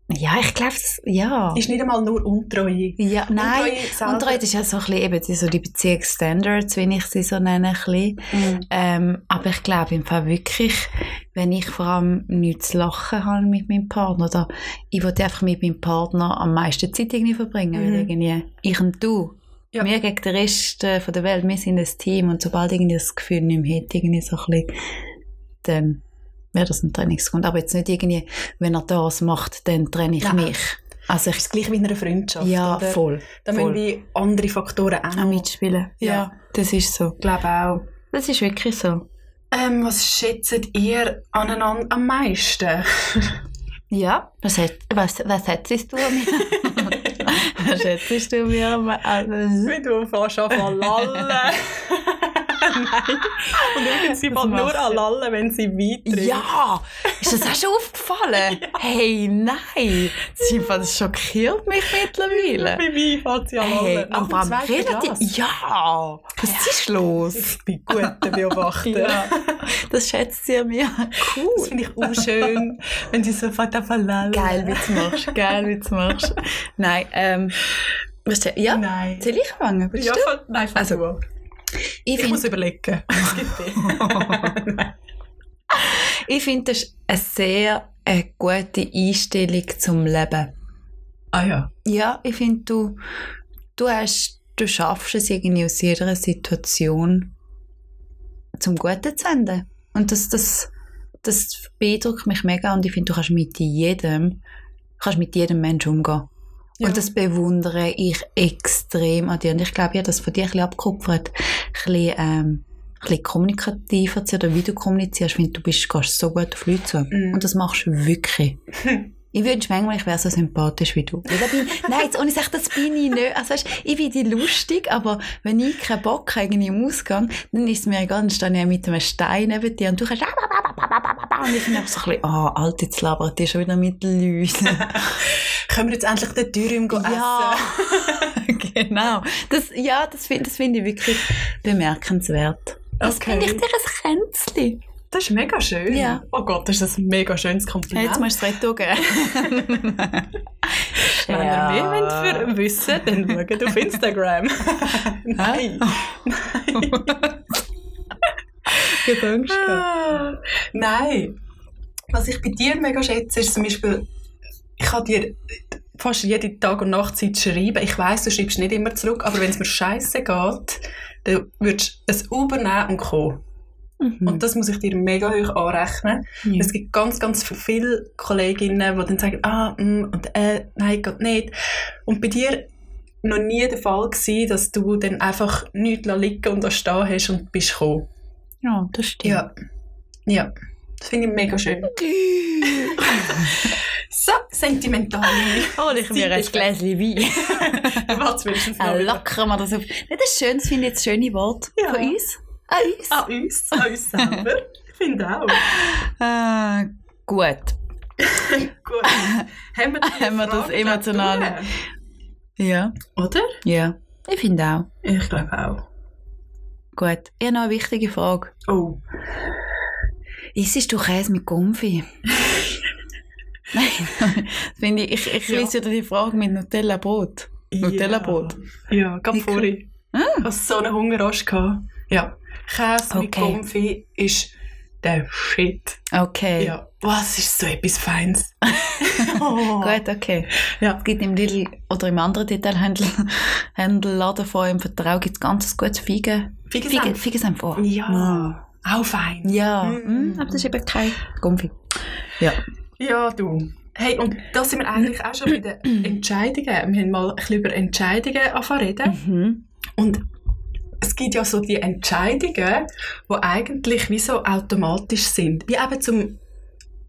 B: ja, ich glaube, das- ja.
C: Ist nicht einmal nur Untreue.
B: Ja, nein.
C: Untreue selber.
B: Und das ist ja so ein bisschen eben die- so die Beziehungsstandards, wenn ich sie so nenne, ein bisschen.
C: Mhm.
B: Ähm, aber ich glaube im Fall wirklich, wenn ich vor allem nichts zu lachen habe mit meinem Partner, oder ich wollte einfach mit meinem Partner am meisten Zeit irgendwie verbringen,
C: Mhm.
B: weil irgendwie ich und du,
C: Ja.
B: wir gegen den Rest äh, von der Welt, wir sind ein Team und sobald irgendwie das Gefühl nicht mehr hätte, irgendwie so ein bisschen, dann wäre das ein Trainingsgrund. Aber jetzt nicht irgendwie, wenn er das macht, dann trenne ich
C: Nein.
B: mich. Also ich,
C: Das gleiche wie in einer Freundschaft.
B: ja,
C: oder?
B: voll.
C: Da
B: voll.
C: müssen wir andere Faktoren auch
B: Auch
C: noch. Ich
B: mitspielen.
C: Ja.
B: das ist so.
C: glaube auch.
B: Das ist wirklich so.
C: Ähm, was schätzt ihr aneinander am meisten?
B: Ja, was, hat, was, was schätzt du an mir? was schätzt du mir an mir? Also,
C: Wenn du fährst an lallen. Nein. Und übrigens, sie
B: Das
C: fällt nur
B: macht
C: an
B: sie.
C: lallen, wenn sie weit trinkt.
B: ja! Ist das auch schon aufgefallen? Hey, nein! Das, ist im Fall- das schockiert mich
C: Bei
B: mittlerweile.
C: mir fällt sie an lallen.
B: Hey,
C: Auch
B: und beim
C: zweiten Glas.
B: relativ... Ja! Was ist los?
C: Ich bin gut beobachtet.
B: Das schätzt sie an mir.
C: Das finde ich auch schön, wenn sie so fällt an lallen.
B: Geil, wie du machst. Geil, wie du machst. Nein, ähm... was ist- Ja,
C: Nein.
B: soll ich anfangen? Willst
C: Ja,
B: du?
C: fang- nein, fang
B: Also,
C: du an.
B: Ich
C: Ich
B: find-
C: muss überlegen. Es gibt dich.
B: Ich finde, das ist eine sehr äh, gute Einstellung zum Leben.
C: Ah ja.
B: Ja, ich finde, du, du, hast, du schaffst es irgendwie aus jeder Situation zum Guten zu wenden. Und das, das, das beeindruckt mich mega und ich finde, du kannst mit jedem, kannst mit jedem Menschen umgehen.
C: Ja.
B: Und das bewundere ich extrem an dir. Und ich glaube, ja, dass von dir ein bisschen abgekupfert, ein bisschen, ähm, ein bisschen kommunikativer zu sein oder wie du kommunizierst. Ich finde, du bist, gehst so gut auf Leute zu.
C: Mhm.
B: Und das machst du wirklich. Ich wünsche manchmal, ich wäre so sympathisch wie du. Weil da bin, nein, jetzt ohne Sache, das bin ich nicht. Also, weißt, ich bin die lustig, aber wenn ich keinen Bock habe irgendwie im Ausgang, dann ist es mir egal, dann stehe ich mit einem Stein neben dir und du kannst... Und ich finde einfach so ein bisschen, ah, oh, Alter, jetzt labert ihr schon wieder mit Leuten.
C: Können wir jetzt endlich den Dürüm go
B: ja,
C: essen?
B: genau. Das, ja, das finde das find ich wirklich bemerkenswert. Das
C: Okay.
B: finde ich dir ein Kränzchen.
C: Das ist mega schön.
B: Ja.
C: Oh Gott, das ist ein mega schönes
B: Ja,
C: Kompliment.
B: jetzt musst du es retour geben.
C: Wenn
B: Ja.
C: ihr mehr wollt für wissen dann schaut auf Instagram. Nein.
B: Gedanken.
C: Ah, Nein. Was ich bei dir mega schätze, ist zum Beispiel, ich kann dir fast jede Tag- und Nachtzeit schreiben. Ich weiss, du schreibst nicht immer zurück, aber wenn es mir scheiße geht, dann würdest du es übernehmen und kommen. Und das muss ich dir mega hoch anrechnen.
B: Ja.
C: Es gibt ganz, ganz viele Kolleginnen, die dann sagen, ah, mm, und äh, nein, geht nicht. Und bei dir noch nie der Fall gewesen, dass du dann einfach nichts liegen lassen und da stehen hast und bist gekommen.
B: Ja, das stimmt.
C: Ja. Ja. Das finde ich mega schön. so, sentimental.
B: Hol ich mir ein Gläschen Wein.
C: Was wenigstens noch
B: Äh,
C: wieder.
B: lockern wir das auf. Nicht das Schönes finde ich das schöne Wort
C: Ja.
B: von uns. An uns.
C: An uns, an uns selber. Ich finde auch.
B: Ah, gut.
C: Gut. Haben wir, die
B: Haben wir das
C: Frage
B: Emotionale?
C: gerade durch?
B: Ja.
C: Oder?
B: Ja. Ich finde auch.
C: Ich glaube auch.
B: Gut. Ich habe noch eine nou, wichtige Frage.
C: Oh.
B: Isst du Käse mit Gumpfi? Nein, das finde ich, ich, ich
C: Ja.
B: lese wieder die Frage mit Nutella-Brot. Nutella-Brot.
C: Ja, ganz
B: Wie cool.
C: vorhin.
B: Ah.
C: Ich hatte so einen Hungerarsch. gehabt. Ja. Käse mit
B: Okay.
C: Konfi ist der Shit.
B: Okay.
C: Ja. Was ist so etwas Feines? Oh.
B: Gut, okay.
C: Ja.
B: Es gibt im Lidl oder im anderen Detailhandel Handelladen von eurem Vertrau gibt's ganz ein gutes Feigen. Feigen-
C: Feigensaft.
B: Feigensamt vor.
C: Ja. Auch fein.
B: Ja.
C: Mm.
B: Mm, aber das ist eben kein Gumpfi. Ja.
C: Ja, du. Hey, und da sind wir eigentlich auch schon bei den Entscheidungen. Wir haben mal ein bisschen über Entscheidungen angefangen zu reden.
B: Mhm.
C: Und es gibt ja so die Entscheidungen, die eigentlich wie so automatisch sind. Wie eben zum...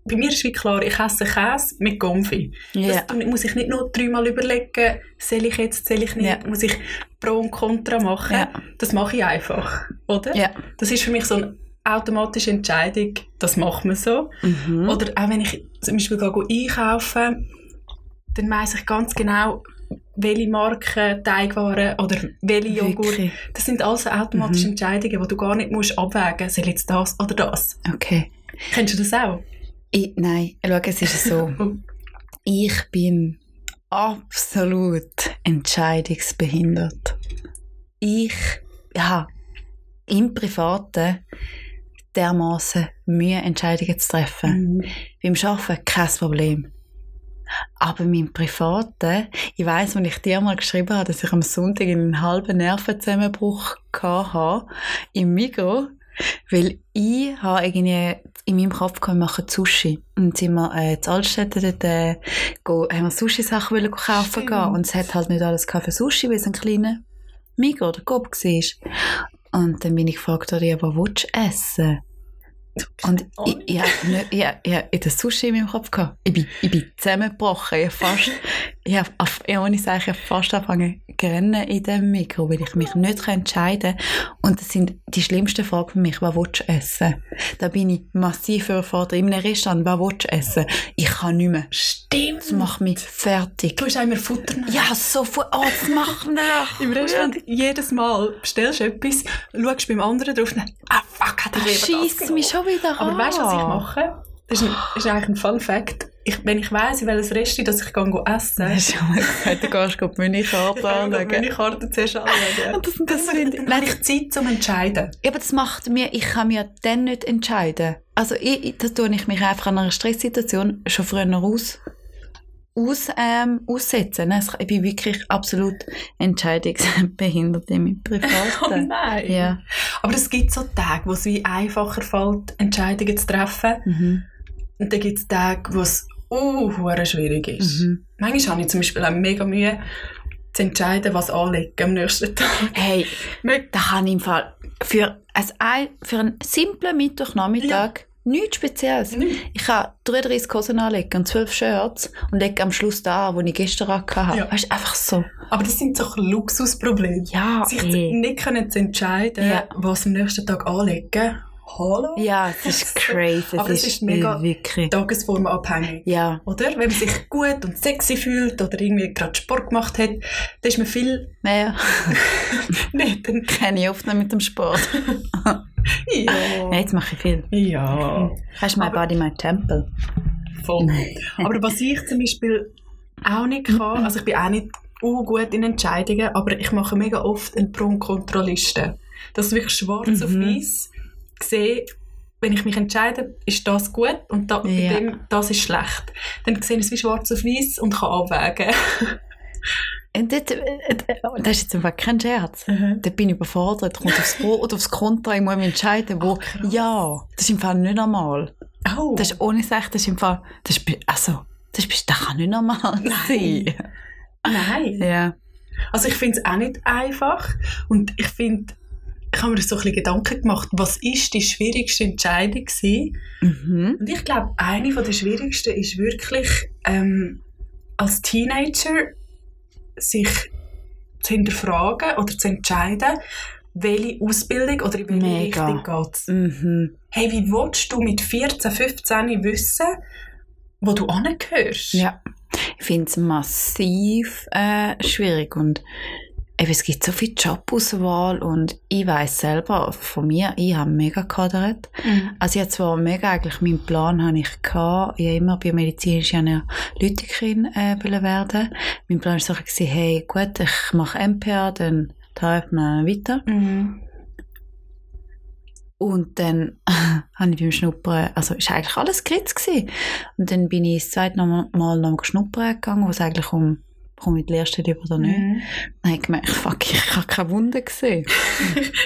C: Bei mir ist wie klar, ich esse Käse mit Gomfi.
B: Ja.
C: Das muss ich nicht nur dreimal überlegen, soll ich jetzt, soll ich nicht,
B: Ja.
C: muss ich Pro und Contra machen.
B: Ja.
C: Das mache ich einfach, oder?
B: Ja.
C: Das ist für mich so eine automatische Entscheidung, das macht man so.
B: Mhm.
C: Oder auch wenn ich zum Beispiel gehe einkaufen, dann weiss ich ganz genau, welche Marke Teigwaren oder welche Joghurt.
B: Wirklich. Mhm.
C: Das sind also automatische Entscheidungen, die du gar nicht musst abwägen musst. Soll jetzt das oder das?
B: Okay.
C: Kennst du das auch?
B: Ich, nein, schau, es ist so. Ich bin absolut entscheidungsbehindert. Ich ja, im Privaten dermaßen Mühe, Entscheidungen zu
C: Mhm.
B: treffen. Beim Arbeiten kein Problem. Aber meinem Privaten, ich weiss, als ich dir mal geschrieben habe, dass ich am Sonntag einen halben Nervenzusammenbruch hatte im Migros, weil ich habe irgendwie in meinem Kopf gehabt, wir machen Sushi. Und sind wir äh, in Altstädte dort, äh, go, haben wir Sushi-Sachen wollen kaufen
C: Stimmt.
B: gehen. Und es hat halt nicht alles gehabt für Sushi, weil es ein kleiner Migros oder Coop war. Und dann bin ich gefragt worden, ja, was willst du essen? Und ich, ich, hab nicht, ich, ich hab das Sushi in meinem Kopf gehabt. Ich bin, ich bin zusammengebrochen. Ich hab fast, ich hab, auf- ja, ohne Sache, ich hab fast angefangen zu rennen in dem Mikro, weil ich mich nicht entscheiden konnte. Und das sind die schlimmsten Fragen für mich. Was willst du essen? Da bin ich massiv überfordert. In einem Restaurant, was willst du essen? Ich kann nicht mehr.
C: Stimmt.
B: Das macht mich fertig.
C: Du hast auch immer Futter nach.
B: Ja, so viel. Oh, das macht nach.
C: Im Restaurant jedes Mal bestellst du etwas, schaust beim anderen drauf und dann, ah fuck, hat er lieber das
B: Scheiss
C: genommen.
B: mich schon wieder
C: Aber
B: an.
C: weißt du, was ich mache? Das ist, ein, ist eigentlich ein Fun Fact. Ich, wenn ich weiss, in welches Resti dass ich gehe essen
B: Hast du schon mal gesagt, du gehst gleich die
C: ich
B: Mini-Karte
C: kann mir
B: anschauen.
C: meine Karte zuerst anschauen.
B: Und das, das
C: Dann
B: finde ich,
C: habe
B: nein,
C: ich Zeit zum Entscheiden.
B: ich- aber das macht mir, ich kann mir dann nicht entscheiden. Also ich, ich- das tue ich mich einfach an einer Stresssituation schon früher aus, aus, ähm, aussetzen. ne? Es- Ich bin wirklich absolut entscheidungsbehindert in meinem Privaten.
C: Oh nein.
B: ja.
C: Aber es gibt so Tage, wo es wie einfacher fällt, Entscheidungen zu treffen.
B: Mhm.
C: Und dann gibt es Tage, wo es uh, hure schwierig ist.
B: Mhm.
C: Manchmal habe ich zum Beispiel auch mega Mühe, zu entscheiden, was anlegen am nächsten Tag.
B: Hey,
C: Mit-
B: da kann ich im Fall für, also ein, für einen simplen Mittwochnachmittag nichts Spezielles.
C: Nichts.
B: Ich kann 33 Hosen anlegen und 12 Shirts und lege am Schluss da, wo ich gestern hatte.
C: Ja.
B: Weißt du, einfach so.
C: Aber das sind so Luxusprobleme.
B: Ja,
C: Sich
B: ey.
C: nicht können zu entscheiden,
B: Ja.
C: was am nächsten Tag anlegen. Hallo?
B: Ja, es ist crazy.
C: Aber
B: es
C: es
B: ist,
C: ist mega-
B: wirklich.
C: Tagesform abhängig.
B: Ja,
C: Oder? Wenn man sich gut und sexy fühlt oder irgendwie gerade Sport gemacht hat, dann ist man viel
B: naja,
C: nicht. Dann,
B: kenne ich oft noch mit dem Sport.
C: ja.
B: Nein, jetzt mache ich viel.
C: ja.
B: Hast du My Body, My Temple?
C: Voll. Aber was ich zum Beispiel auch nicht kann, also ich bin auch nicht uh, gut in Entscheidungen, aber ich mache mega oft eine Pro- und Kontraliste. Dass ich wirklich schwarz auf
B: Mhm.
C: weiß sehe, wenn ich mich entscheide, ist das gut und da, bei
B: Ja.
C: dem, das ist schlecht. Dann sehe ich es wie schwarz auf weiß und kann abwägen.
B: Und dort, äh, äh, das ist jetzt einfach kein Scherz. Da bin ich überfordert. Kommt aufs Pro oder aufs Kontra. Ich muss mich entscheiden, wo. ja, das ist im Fall nicht normal.
C: Oh.
B: Das ist ohne Sache, das ist im Fall. Das ist, bi- also, das, ist, das kann nicht normal sein.
C: Nein.
B: Ja.
C: Also ich finde es auch nicht einfach und ich finde, ich habe mir so ein bisschen Gedanken gemacht, was ist die schwierigste Entscheidung gewesen?
B: Mhm.
C: Und ich glaube, eine von der schwierigsten ist wirklich, ähm, als Teenager sich zu hinterfragen oder zu entscheiden, welche Ausbildung oder in welche
B: Mega.
C: Richtung geht es.
B: Mhm.
C: Hey, wie willst du mit 14, 15 wissen, wo du hingehörst?
B: Ja. Ich finde es massiv äh, schwierig und eben, es gibt so viel Jobauswahl und ich weiß selber von mir, ich habe mega gehadert.
C: Mhm.
B: Also ich hatte zwar mega eigentlich meinen Plan habe ich gehabt. Ich habe immer biomedizinische Analytikerin äh, wollen werden. Mein Plan war so, ein bisschen, hey gut, ich mache MPA, dann helfe mir weiter.
C: Mhm.
B: Und dann habe ich beim Schnuppern, also ist eigentlich alles Kritz gewesen. Und dann bin ich das zweite Mal Mal noch schnuppern gegangen, wo es eigentlich um, komme ich die Lehrstelle über oder nicht.
C: Mhm.
B: Dann habe ich gemerkt, fuck, ich habe keine Wunde gesehen.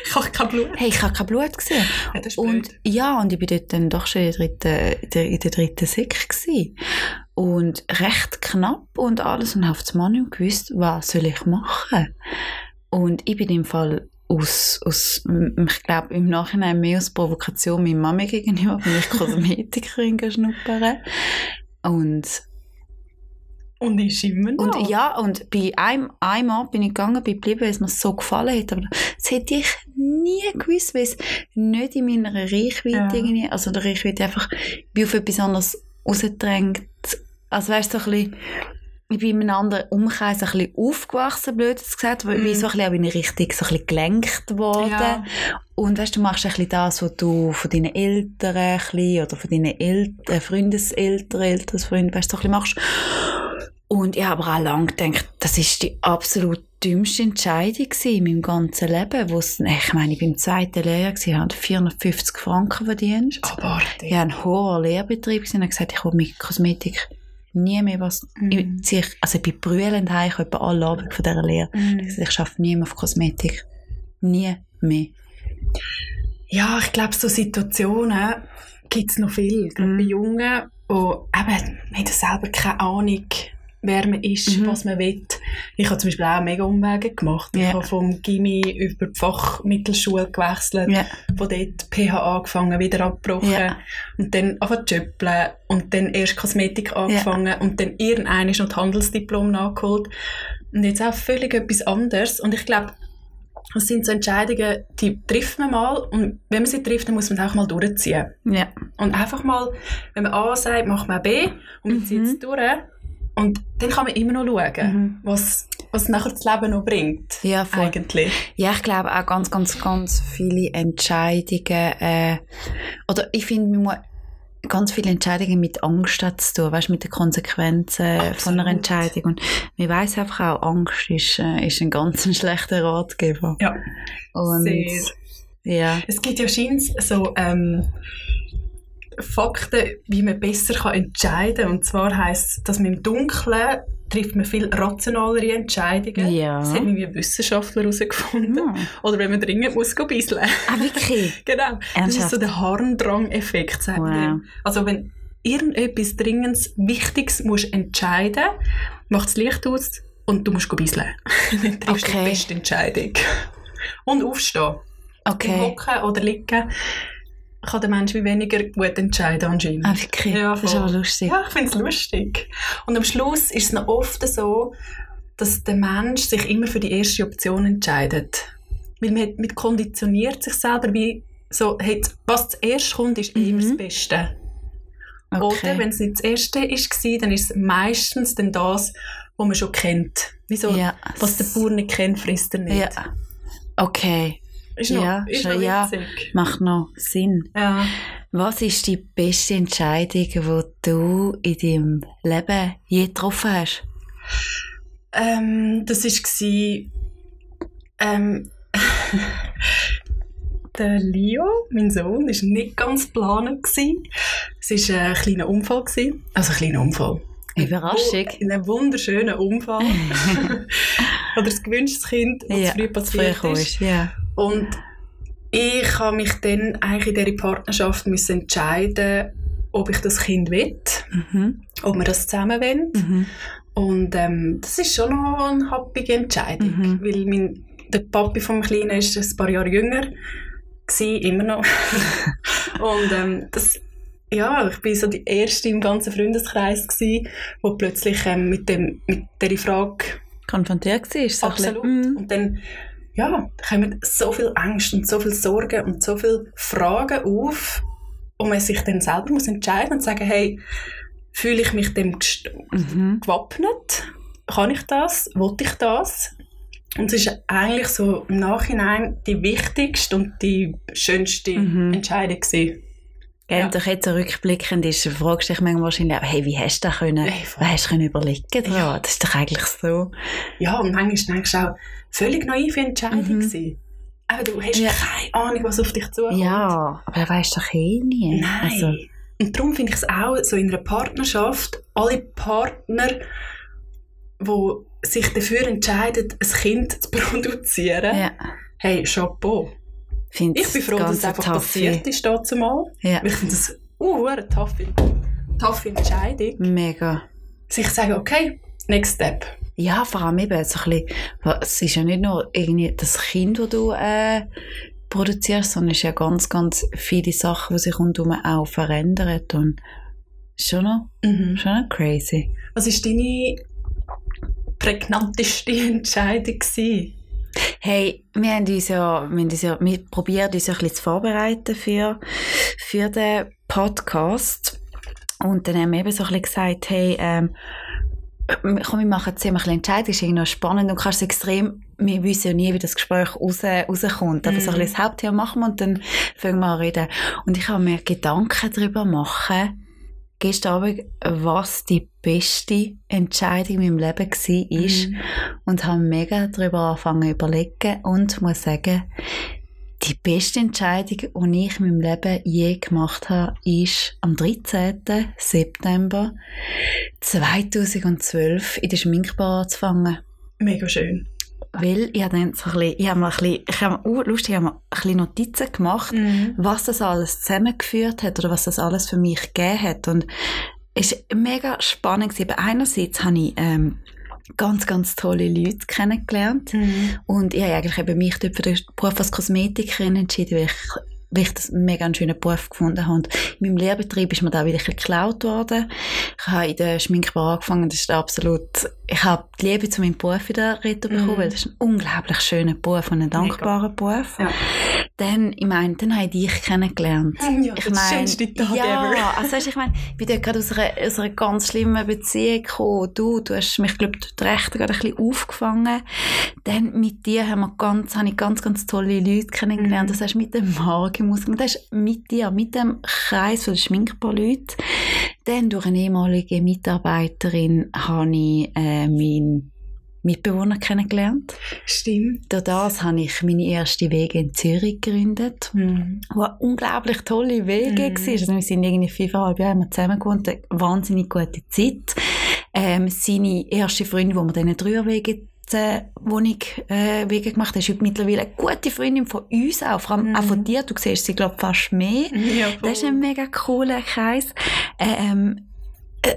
C: Ich habe kein Blut.
B: Hey, ich habe kein Blut gesehen.
C: Ja, das ist
B: Und
C: blöd.
B: ja, und ich bin dort dann doch schon in der dritten, in der, in der dritten Sek gsi Und recht knapp und alles und habe auf Mann nicht gewusst, was soll ich machen. Und ich bin im Fall aus, aus m- ich glaube, im Nachhinein mehr aus Provokation meiner Mami gegenüber, bin ich Kosmetikerin schnuppern. Und,
C: Und ich immer noch.
B: und ja, und bei einem, einem Abend bin ich gegangen, bin geblieben, weil es mir so gefallen hat. Aber das hätte ich nie gewusst, weil es nicht in meiner Reichweite
C: Ja.
B: irgendwie, also der Reichweite einfach, wie auf etwas anderes rausgedrängt. Also weißt du, so ein bisschen, ich bin in einem anderen Umkreis ein bisschen aufgewachsen, blöd gesagt, weil ich bin
C: Mhm.
B: so ein bisschen auch in eine Richtung so ein bisschen gelenkt worden.
C: Ja.
B: Und weißt du, du machst ein bisschen das, was du von deinen Eltern ein bisschen, oder von deinen El äh, Freundeseltern, Elternfreunden, weißt du, so ein bisschen machst. Und ich habe aber auch lange gedacht, das ist die absolut dümmste Entscheidung gewesen in meinem ganzen Leben. Wo es, ich meine, ich war im zweiten Lehrjahr, gewesen, ich habe 450 Franken verdient.
C: Abartig.
B: Ich war ein hoher Lehrbetrieb gewesen und habe gesagt, ich will mit Kosmetik nie mehr was...
C: Mhm.
B: Ich, ziehe- also ich bin brüllend heim, ich habe alle Abend von dieser Lehre. Ich habe
C: Mhm.
B: gesagt, Ich arbeite nie mehr auf Kosmetik. Nie mehr.
C: Ja, ich glaube, so Situationen gibt es noch viel. Gerade
B: Mhm.
C: bei Jungen, wo eben, man hat ja selber keine Ahnung, wer man ist,
B: Mhm.
C: was man will. Ich habe zum Beispiel auch mega Umwege gemacht.
B: Ja.
C: Ich habe vom Gimmi über die Fachmittelschule gewechselt,
B: Ja.
C: von dort PH angefangen, wieder abgebrochen
B: Ja.
C: und dann angefangen zu jobben und dann erst Kosmetik angefangen und dann irgendein ist noch das Handelsdiplom nachgeholt und jetzt auch völlig etwas anderes und ich glaube, das sind so Entscheidungen, die trifft man mal und wenn man sie trifft, dann muss man auch mal durchziehen.
B: Ja.
C: Und einfach mal, wenn man A sagt, macht man B und man zieht es durch und dann kann man immer noch schauen,
B: Mhm.
C: was, was nachher das Leben noch bringt.
B: Ja, voll.
C: Eigentlich.
B: Ja, ich glaube auch ganz, ganz, ganz viele Entscheidungen. Äh, oder ich finde, man muss ganz viele Entscheidungen mit Angst hat zu tun, weißt, mit den Konsequenzen von einer
C: Absolut.
B: Entscheidung. Und man weiß einfach auch, Angst ist, äh, ist ein ganz ein schlechter Ratgeber.
C: Ja,
B: Und
C: sehr.
B: ja,
C: Es gibt ja scheint so ähm, Fakten, wie man besser kann entscheiden kann. Und zwar heisst es, dass man im Dunkeln trifft man viel rationalere Entscheidungen.
B: Ja. Hm.
C: Das haben irgendwie Wissenschaftler herausgefunden.
B: Ja.
C: Oder wenn man dringend muss go bisseln.
B: Ah, wirklich?
C: genau. Das ist
B: Ernsthaft?
C: so der Harndrang-Effekt, sagt
B: Wow.
C: man. dem. Also wenn irgendetwas Dringendes, Wichtiges musst entscheiden, macht das Licht aus und du musst go bisseln. Dann triffst du
B: Okay.
C: die beste Entscheidung. Und aufstehen im
B: Okay.
C: Hocken oder Liegen kann der Mensch wie weniger gut entscheiden anscheinend.
B: Ah, wirklich?
C: Ja,
B: das ist
C: voll.
B: aber lustig.
C: Ja, ich finde es lustig. Und am Schluss ist es noch oft so, dass der Mensch sich immer für die erste Option entscheidet. Weil man, hat- man konditioniert sich selber wie so, hey, was zuerst kommt, ist eh immer
B: Mhm.
C: das Beste.
B: Okay.
C: Oder wenn es nicht das Erste war, dann ist es meistens dann das, was man schon kennt. Wieso?
B: ja.
C: Was der Bauer nicht kennt, frisst er nicht.
B: Ja. Okay,
C: Ist noch,
B: Ja,
C: ist noch
B: ja.
C: witzig.
B: macht noch Sinn.
C: Ja.
B: Was ist die beste Entscheidung, die du in deinem Leben je getroffen hast?
C: Ähm, das war ähm, der Leo, mein Sohn, war nicht ganz geplant. gewesen. Es war ein kleiner Unfall. gewesen. Also ein kleiner Unfall.
B: Überraschung.
C: Oh, Ein wunderschöner Unfall. Oder ein gewünschtes Kind, das
B: Ja,
C: früh
B: zu früh
C: passiert
B: gekommen
C: ist.
B: ist. Ja.
C: Und ich habe mich dann eigentlich in dieser Partnerschaft müssen entscheiden, ob ich das Kind will,
B: Mhm.
C: ob wir das zusammen wollen.
B: Mhm.
C: Und ähm, das ist schon noch eine happige Entscheidung,
B: Mhm.
C: weil mein der Papi vom Kleinen ist ein paar Jahre jünger, gsi immer noch. und ähm, das, ja, ich bin so die erste im ganzen Freundeskreis gsi, wo plötzlich ähm, mit dem mit der Frage
B: Konfrontiert war. So ein bisschen,
C: absolut
B: mm.
C: und dann ja, da kommen so viel Angst und so viel Sorgen und so viele Fragen auf, und man sich dann selber muss entscheiden und sagen, hey, fühle ich mich dem gest-
B: Mhm.
C: gewappnet? Kann ich das? Wollte ich das? Und es ist eigentlich so im Nachhinein die wichtigste und die schönste
B: Mhm.
C: Entscheidung gewesen.
B: Gell,
C: Ja.
B: und doch jetzt so rückblickend ist, fragst du dich manchmal wahrscheinlich auch, hey, wie hast du das können,
C: Hey,
B: was hast du können überlegen können?
C: Ja.
B: Das ist doch eigentlich so.
C: Ja, und manchmal denkst du auch, völlig naive Entscheidung
B: Mhm.
C: gewesen. Aber du hast
B: Ja.
C: keine Ahnung, was auf dich zukommt.
B: Ja, aber er weiß doch eh nie.
C: Nein.
B: Also,
C: Und darum finde ich es auch so in einer Partnerschaft, alle Partner, die sich dafür entscheiden, ein Kind zu produzieren,
B: ja.
C: hey, Chapeau.
B: Find's
C: Ich bin froh, dass
B: ganz
C: es einfach
B: tough.
C: passiert ist dazu mal.
B: Ja,
C: Ich finde das uh, eine taffe, taffe Entscheidung.
B: mega.
C: Sich sagen, okay, next step.
B: Ja, vor allem eben so ein bisschen, wa- es ist ja nicht nur irgendwie das Kind, das du äh, produzierst, sondern es ist ja ganz, ganz viele Sachen, die sich rundherum auch verändern. Und schon noch, schon noch crazy.
C: Was war deine prägnanteste Entscheidung? Gewesen?
B: Hey, wir haben uns ja, wir haben uns ja, wir probieren uns ja ein bisschen zu vorbereiten für, für den Podcast. Und dann haben wir eben so ein bisschen gesagt, hey, ähm, komm, wir machen jetzt immer ein bisschen Entscheidung, ist irgendwie noch spannend und kannst es extrem, wir wissen ja nie, wie das Gespräch raus, rauskommt, aber so ein
C: Mhm.
B: bisschen das Hauptthema machen wir und dann fangen wir an zu reden. Und ich habe mir Gedanken darüber machen, gestern Abend, was die beste Entscheidung in meinem Leben war. ist und habe mega darüber angefangen zu überlegen und muss sagen, die beste Entscheidung, die ich in meinem Leben je gemacht habe, ist am 13. September 2012 in der Schminkbar anzufangen.
C: Mega schön.
B: Weil ich habe dann so ein bisschen, ich habe mir ein bisschen, ich habe mir, uh, lustig, ich habe mir ein bisschen Notizen gemacht, was das alles zusammengeführt hat oder was das alles für mich gegeben hat. Und es war mega spannend. gewesen. Aber einerseits habe ich ähm, ganz, ganz tolle Leute kennengelernt. Und ich habe eigentlich eben mich dort für den Beruf als Kosmetikerin entschieden, weil ich, weil ich das mega einen schönen Beruf gefunden habe. Und in meinem Lehrbetrieb ist mir da wieder ein bisschen geklaut worden. Ich habe in der Schminkbar angefangen, das ist absolut, ich habe die Liebe zu meinem Beruf wieder retour bekommen,
C: Mhm.
B: weil das ist ein unglaublich schöner Beruf und ein dankbarer Beruf.
C: Ja.
B: Dann, ich meine, dann habe ich dich kennengelernt.
C: Mm, Ja, das
B: mein,
C: schönste Tag
B: ja,
C: ever.
B: also weißt, du, ich meine, ich bin dort gerade aus einer, aus einer ganz schlimmen Beziehung gekommen. Du, du hast mich, glaube ich, die Rechte gerade ein bisschen aufgefangen. Dann mit dir haben wir ganz, habe ich ganz, ganz tolle Leute kennengelernt.
C: Mhm.
B: Das hast du mit dem Margen ausgemacht. Das hast du mit dir, mit dem Kreis von schminkbar Leuten. Dann durch eine ehemalige Mitarbeiterin habe ich äh, meinen Mitbewohner kennengelernt.
C: Stimmt.
B: Durch das habe ich meine erste Wege in Zürich gegründet wo unglaublich tolle Wege
C: Mhm.
B: war. Also wir sind irgendwie fünfeinhalb Jahre immer zusammen gewohnt, eine wahnsinnig gute Zeit. Ähm, seine erste Freundin, wo wir diesen Dreierwege Wohnung äh, Wege gemacht haben, ist heute mittlerweile eine gute Freundin von uns auch, vor allem
C: Mhm.
B: auch von dir, du siehst sie glaube fast mehr.
C: Ja,
B: Das ist ein mega cooler Kreis. Ähm, äh,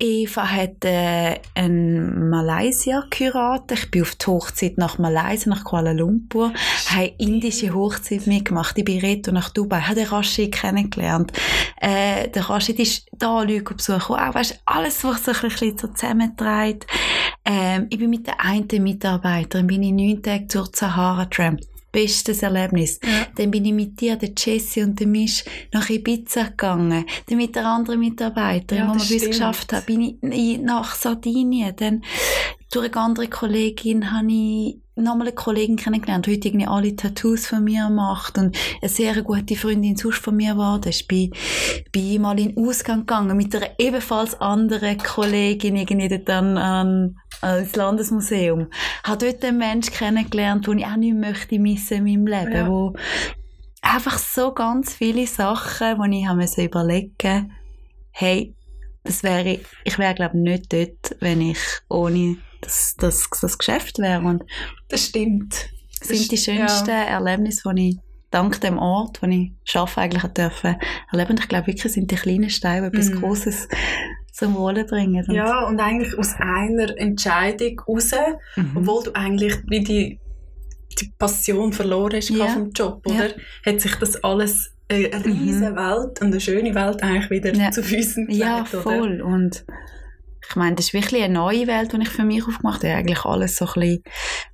B: Eva hat äh, einen Malaysia geheiratet. Ich bin auf die Hochzeit nach Malaysia, nach Kuala Lumpur. Habe indische Hochzeit mitgemacht. Ich bin retour nach Dubai. Habe den Rashid kennengelernt. Äh, der Rashid ist da Leute besuchen. Auch weißt, alles, was sich ein bisschen so zusammenträgt. Ähm, ich bin mit der einen Mitarbeiterin, bin ich neun Tage durch die Sahara getrampt. Bestes Erlebnis.
C: Ja.
B: Dann bin ich mit dir, der Jessie und dem Misch nach Ibiza gegangen. Dann mit der anderen Mitarbeiterin,
C: Ja,
B: die wir
C: das
B: bei uns
C: stimmt.
B: geschafft haben, bin ich in- nach Sardinien. Dann durch eine andere Kollegin habe ich nochmal eine Kollegin kennengelernt, die heute irgendwie alle Tattoos von mir macht und eine sehr gute Freundin sonst von mir war. Da ist bei, bei ihm mal in den Ausgang gegangen mit einer ebenfalls anderen Kollegin irgendwie dort an, an, ans Landesmuseum. Habe dort einen Menschen kennengelernt, den ich auch nicht möchte missen in meinem Leben,
C: Ja.
B: wo einfach so ganz viele Sachen, die ich habe müssen überlegen hey, das wäre, ich wäre glaube nicht dort, wenn ich ohne das, das, das Geschäft wäre. Und
C: Das stimmt.
B: das
C: Das
B: sind die
C: ist-
B: schönsten Erlebnisse, die ich dank dem Ort, wo ich arbeite, eigentlich habe dürfen erleben. Und ich glaube wirklich, sind die kleinen Steine, die etwas
C: Mhm.
B: Großes zum Wohle bringen. Und-
C: Ja, und eigentlich aus einer Entscheidung raus,
B: Mhm.
C: obwohl du eigentlich wie die die Passion verloren hast
B: Ja. Mhm.
C: yeah. vom Job, oder? Hat sich das alles äh, eine riesige Welt und eine schöne Welt eigentlich wieder
B: Ja.
C: zu Füßen gelegt,
B: Ja,
C: oder?
B: voll. Und ich meine, das ist wirklich eine neue Welt, die ich für mich aufgemacht habe. Eigentlich alles so ein bisschen,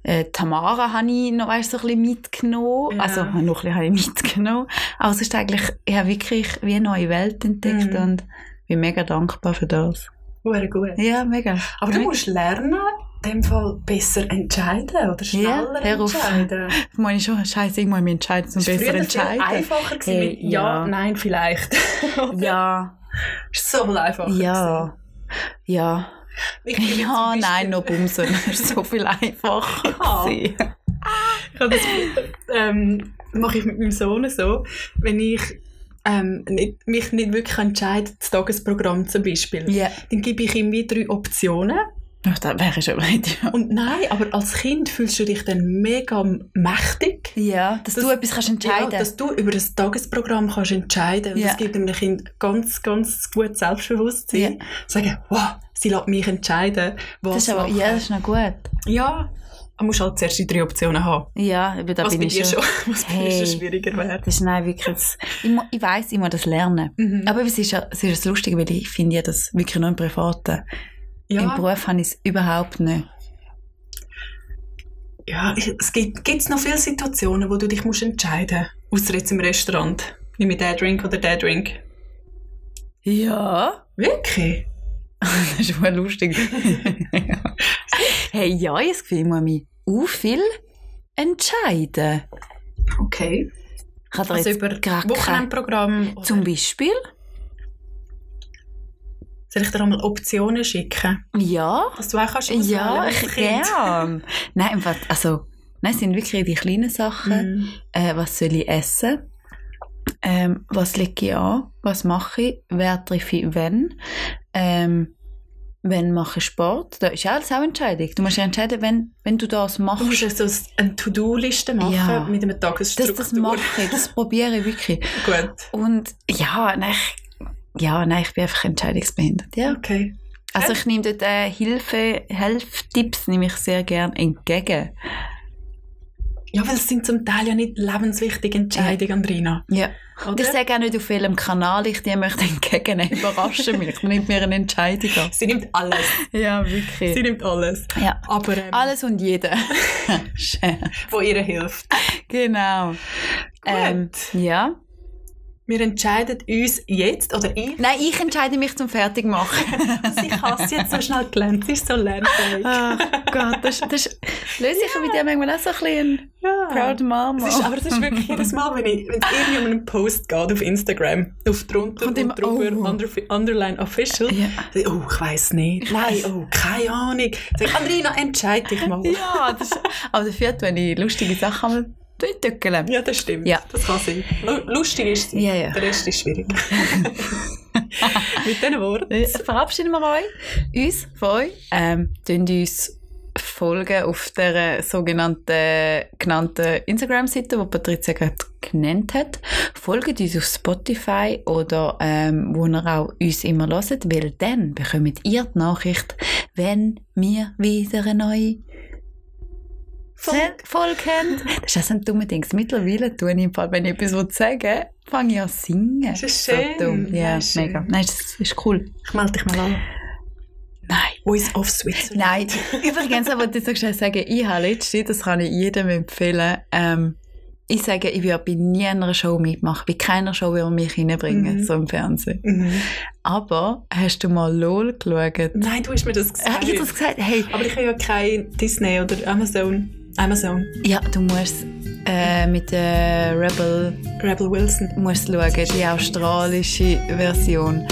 B: äh, Tamara habe ich noch weißt, so ein bisschen mitgenommen.
C: Ja.
B: Also noch ein bisschen habe ich mitgenommen. Aber es ist eigentlich, ich habe wirklich wie eine neue Welt entdeckt
C: Mhm.
B: und bin mega dankbar für das.
C: Hure gut.
B: Ja, mega.
C: Aber du musst lernen, in dem Fall besser entscheiden oder schneller
B: hör auf.
C: entscheiden.
B: Ich meine schon, scheiße, ich muss mich entscheiden, um
C: Es war
B: besser
C: früher
B: entscheiden.
C: viel einfacher gewesen
B: Hey,
C: mit ja,
B: ja.
C: nein, vielleicht. Oder?
B: Ja,
C: Ist so viel einfacher.
B: ja, ja.
C: gewesen. Ich bin jetzt zum
B: Ja,
C: Beispiel-
B: nein, noch bumsen. Das ist so viel einfacher.
C: Ja.
B: gewesen.
C: Ich habe das ähm, mache ich mit meinem Sohn so, wenn ich ähm, nicht, mich nicht wirklich entscheide, das Tagesprogramm zum Beispiel,
B: Ja.
C: dann gebe ich ihm wie drei Optionen.
B: Ach, das wäre schon weit. ja.
C: Und nein, aber als Kind fühlst du dich dann mega mächtig.
B: Ja, dass
C: Das-
B: du etwas kannst entscheiden
C: Ja, dass du über das Tagesprogramm kannst entscheiden kannst.
B: Ja.
C: Das gibt einem Kind ganz, ganz gutes Selbstbewusstsein. Sagen, wow, sie lässt mich entscheiden, was
B: das ist aber,
C: machen.
B: ja, das ist noch gut.
C: ja, man muss halt zuerst die drei Optionen haben.
B: Ja, eben, da
C: was
B: bin
C: bei
B: ich
C: dir schon,
B: schon.
C: was bei dir
B: Hey.
C: schon schwieriger wäre.
B: Das ist nein, wirklich, das, ich, mu- ich weiss, ich muss das lernen.
C: Mhm.
B: Aber es ist, ja, es ist lustig, weil ich finde ja das wirklich nur im Privaten. Im Beruf habe ich es überhaupt nicht.
C: Ja, ich- es gibt gibt's noch viele Situationen, wo du dich musst entscheiden musst. Außer jetzt im Restaurant. Nehme ich diesen Drink oder diesen Drink?
B: Ja?
C: Wirklich?
B: Das ist mal lustig. hey, ja, ich habe das Gefühl, ich muss mich auch viel entscheiden.
C: Okay.
B: Ich habe da
C: Also
B: jetzt
C: über
B: gar kein...
C: Wochenendprogramm. oder-
B: Zum Beispiel?
C: Soll ich dir einmal Optionen schicken?
B: Ja.
C: Dass du auch kannst auswählen
B: Ja,
C: als
B: ich
C: Kind?
B: gern. Nein, im Fall, also, nein, es sind wirklich die kleinen Sachen.
C: Mhm.
B: Äh, was soll ich essen? Ähm, was lege ich an? Was mache ich? Wer treffe ich wann? Ähm, wenn mache ich Sport? Da ist ja alles auch Entscheidung. Du musst ja entscheiden, wenn, wenn du das
C: Du
B: machst.
C: musst so eine To-Do-Liste machen
B: Ja.
C: mit einer
B: Das,
C: Tagesstruktur.
B: das mache ich, das probiere ich wirklich.
C: Gut.
B: Und ja, nein, ich, ja, nein, ich bin einfach entscheidungsbehindert. Ja.
C: Okay.
B: Also ich nehme dort äh, Hilfe, Helftipps nehme ich sehr gern entgegen.
C: Ja, weil es sind zum Teil ja nicht lebenswichtige Entscheidungen, Andrina.
B: Ja. Und
C: Oder?
B: ich sage auch nicht, auf welchem Kanal ich die möchte entgegennehmen. Überraschen mich. Ich nehme mir eine Entscheidung an.
C: Sie nimmt alles.
B: Ja,
C: Sie
B: wirklich.
C: nimmt alles.
B: Ja.
C: Aber ähm,
B: Alles und jeder.
C: wo ihr hilft.
B: genau. Ähm, ja.
C: Wir entscheiden uns jetzt, oder ich,
B: Nein, ich entscheide mich zum Fertigmachen.
C: ich habe es jetzt so schnell gelernt, es ist so lernfähig.
B: Ach Gott, das, das löse ich bei dir manchmal auch so ein bisschen
C: Ja.
B: Proud Mama.
C: Es ist, aber es ist wirklich jedes Mal, wenn ich- wenn es irgendwie um einen Post geht auf Instagram, auf drunter und,
B: Und immer,
C: drüber,
B: oh.
C: under, underline official,
B: Ja.
C: sag ich, oh, ich weiss nicht, nein, oh, keine Ahnung. Sag ich, Andrina, entscheide dich mal.
B: ja, das ist, aber dafür, wenn ich lustige Sachen mal durchdückeln.
C: Ja, das stimmt.
B: Ja.
C: Das kann sein. Lu- Lustig ist es.
B: Ja, ja.
C: Der Rest ist schwierig. Mit diesen Worten.
B: Äh, verabschieden wir mal uns von euch. Ähm, könnt uns folgen auf der sogenannten genannten Instagram-Seite, die Patricia gerade genannt hat. Folgt uns auf Spotify oder ähm, wo ihr auch uns immer hört, weil dann bekommt ihr die Nachricht, wenn wir wieder eine neue
C: Folge.
B: Folge haben. Das ist auch so ein dummes Ding. Mittlerweile tue ich im Fall, wenn ich etwas sagen will, fange ich an zu singen.
C: Das ist schön.
B: So dumm. Ja,
C: Ja, schön.
B: mega. Nein, das ist cool.
C: Ich melde dich mal an.
B: Nein.
C: Voice of Switzerland.
B: Nein, übrigens, aber das soll ich schnell sagen, ich habe letztens, das kann ich jedem empfehlen, ähm, ich sage, ich würde bei nie einer Show mitmachen, bei keiner Show würde man mich reinbringen,
C: Mhm.
B: so im Fernsehen.
C: Mhm.
B: Aber hast du mal LOL geschaut?
C: Nein, du hast mir das
B: Habe
C: gesagt.
B: ich das gesagt? Hey,
C: Aber ich habe ja kein Disney oder Amazon. Amazon.
B: ja, du musst äh, mit der Rebel
C: Rebel Wilson.
B: musst schauen, die australische Version.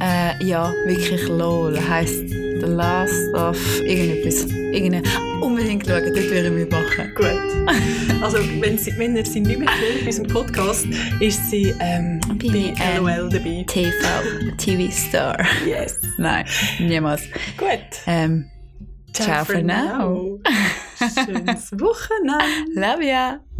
B: Äh, ja, wirklich LOL, heisst The Last of irgendetwas. Irgende, unbedingt schauen, dort würde ich mitmachen.
C: Gut. Also, wenn, sie, wenn ihr sie nicht mehr hört bei unserem Podcast, ist sie ähm, bei
B: Bei, ähm,
C: LOL dabei.
B: TV, TV-Star.
C: Yes.
B: Nein, niemals.
C: Gut.
B: Ähm, Ciao for now.
C: Schönes Wochenende.
B: love ya!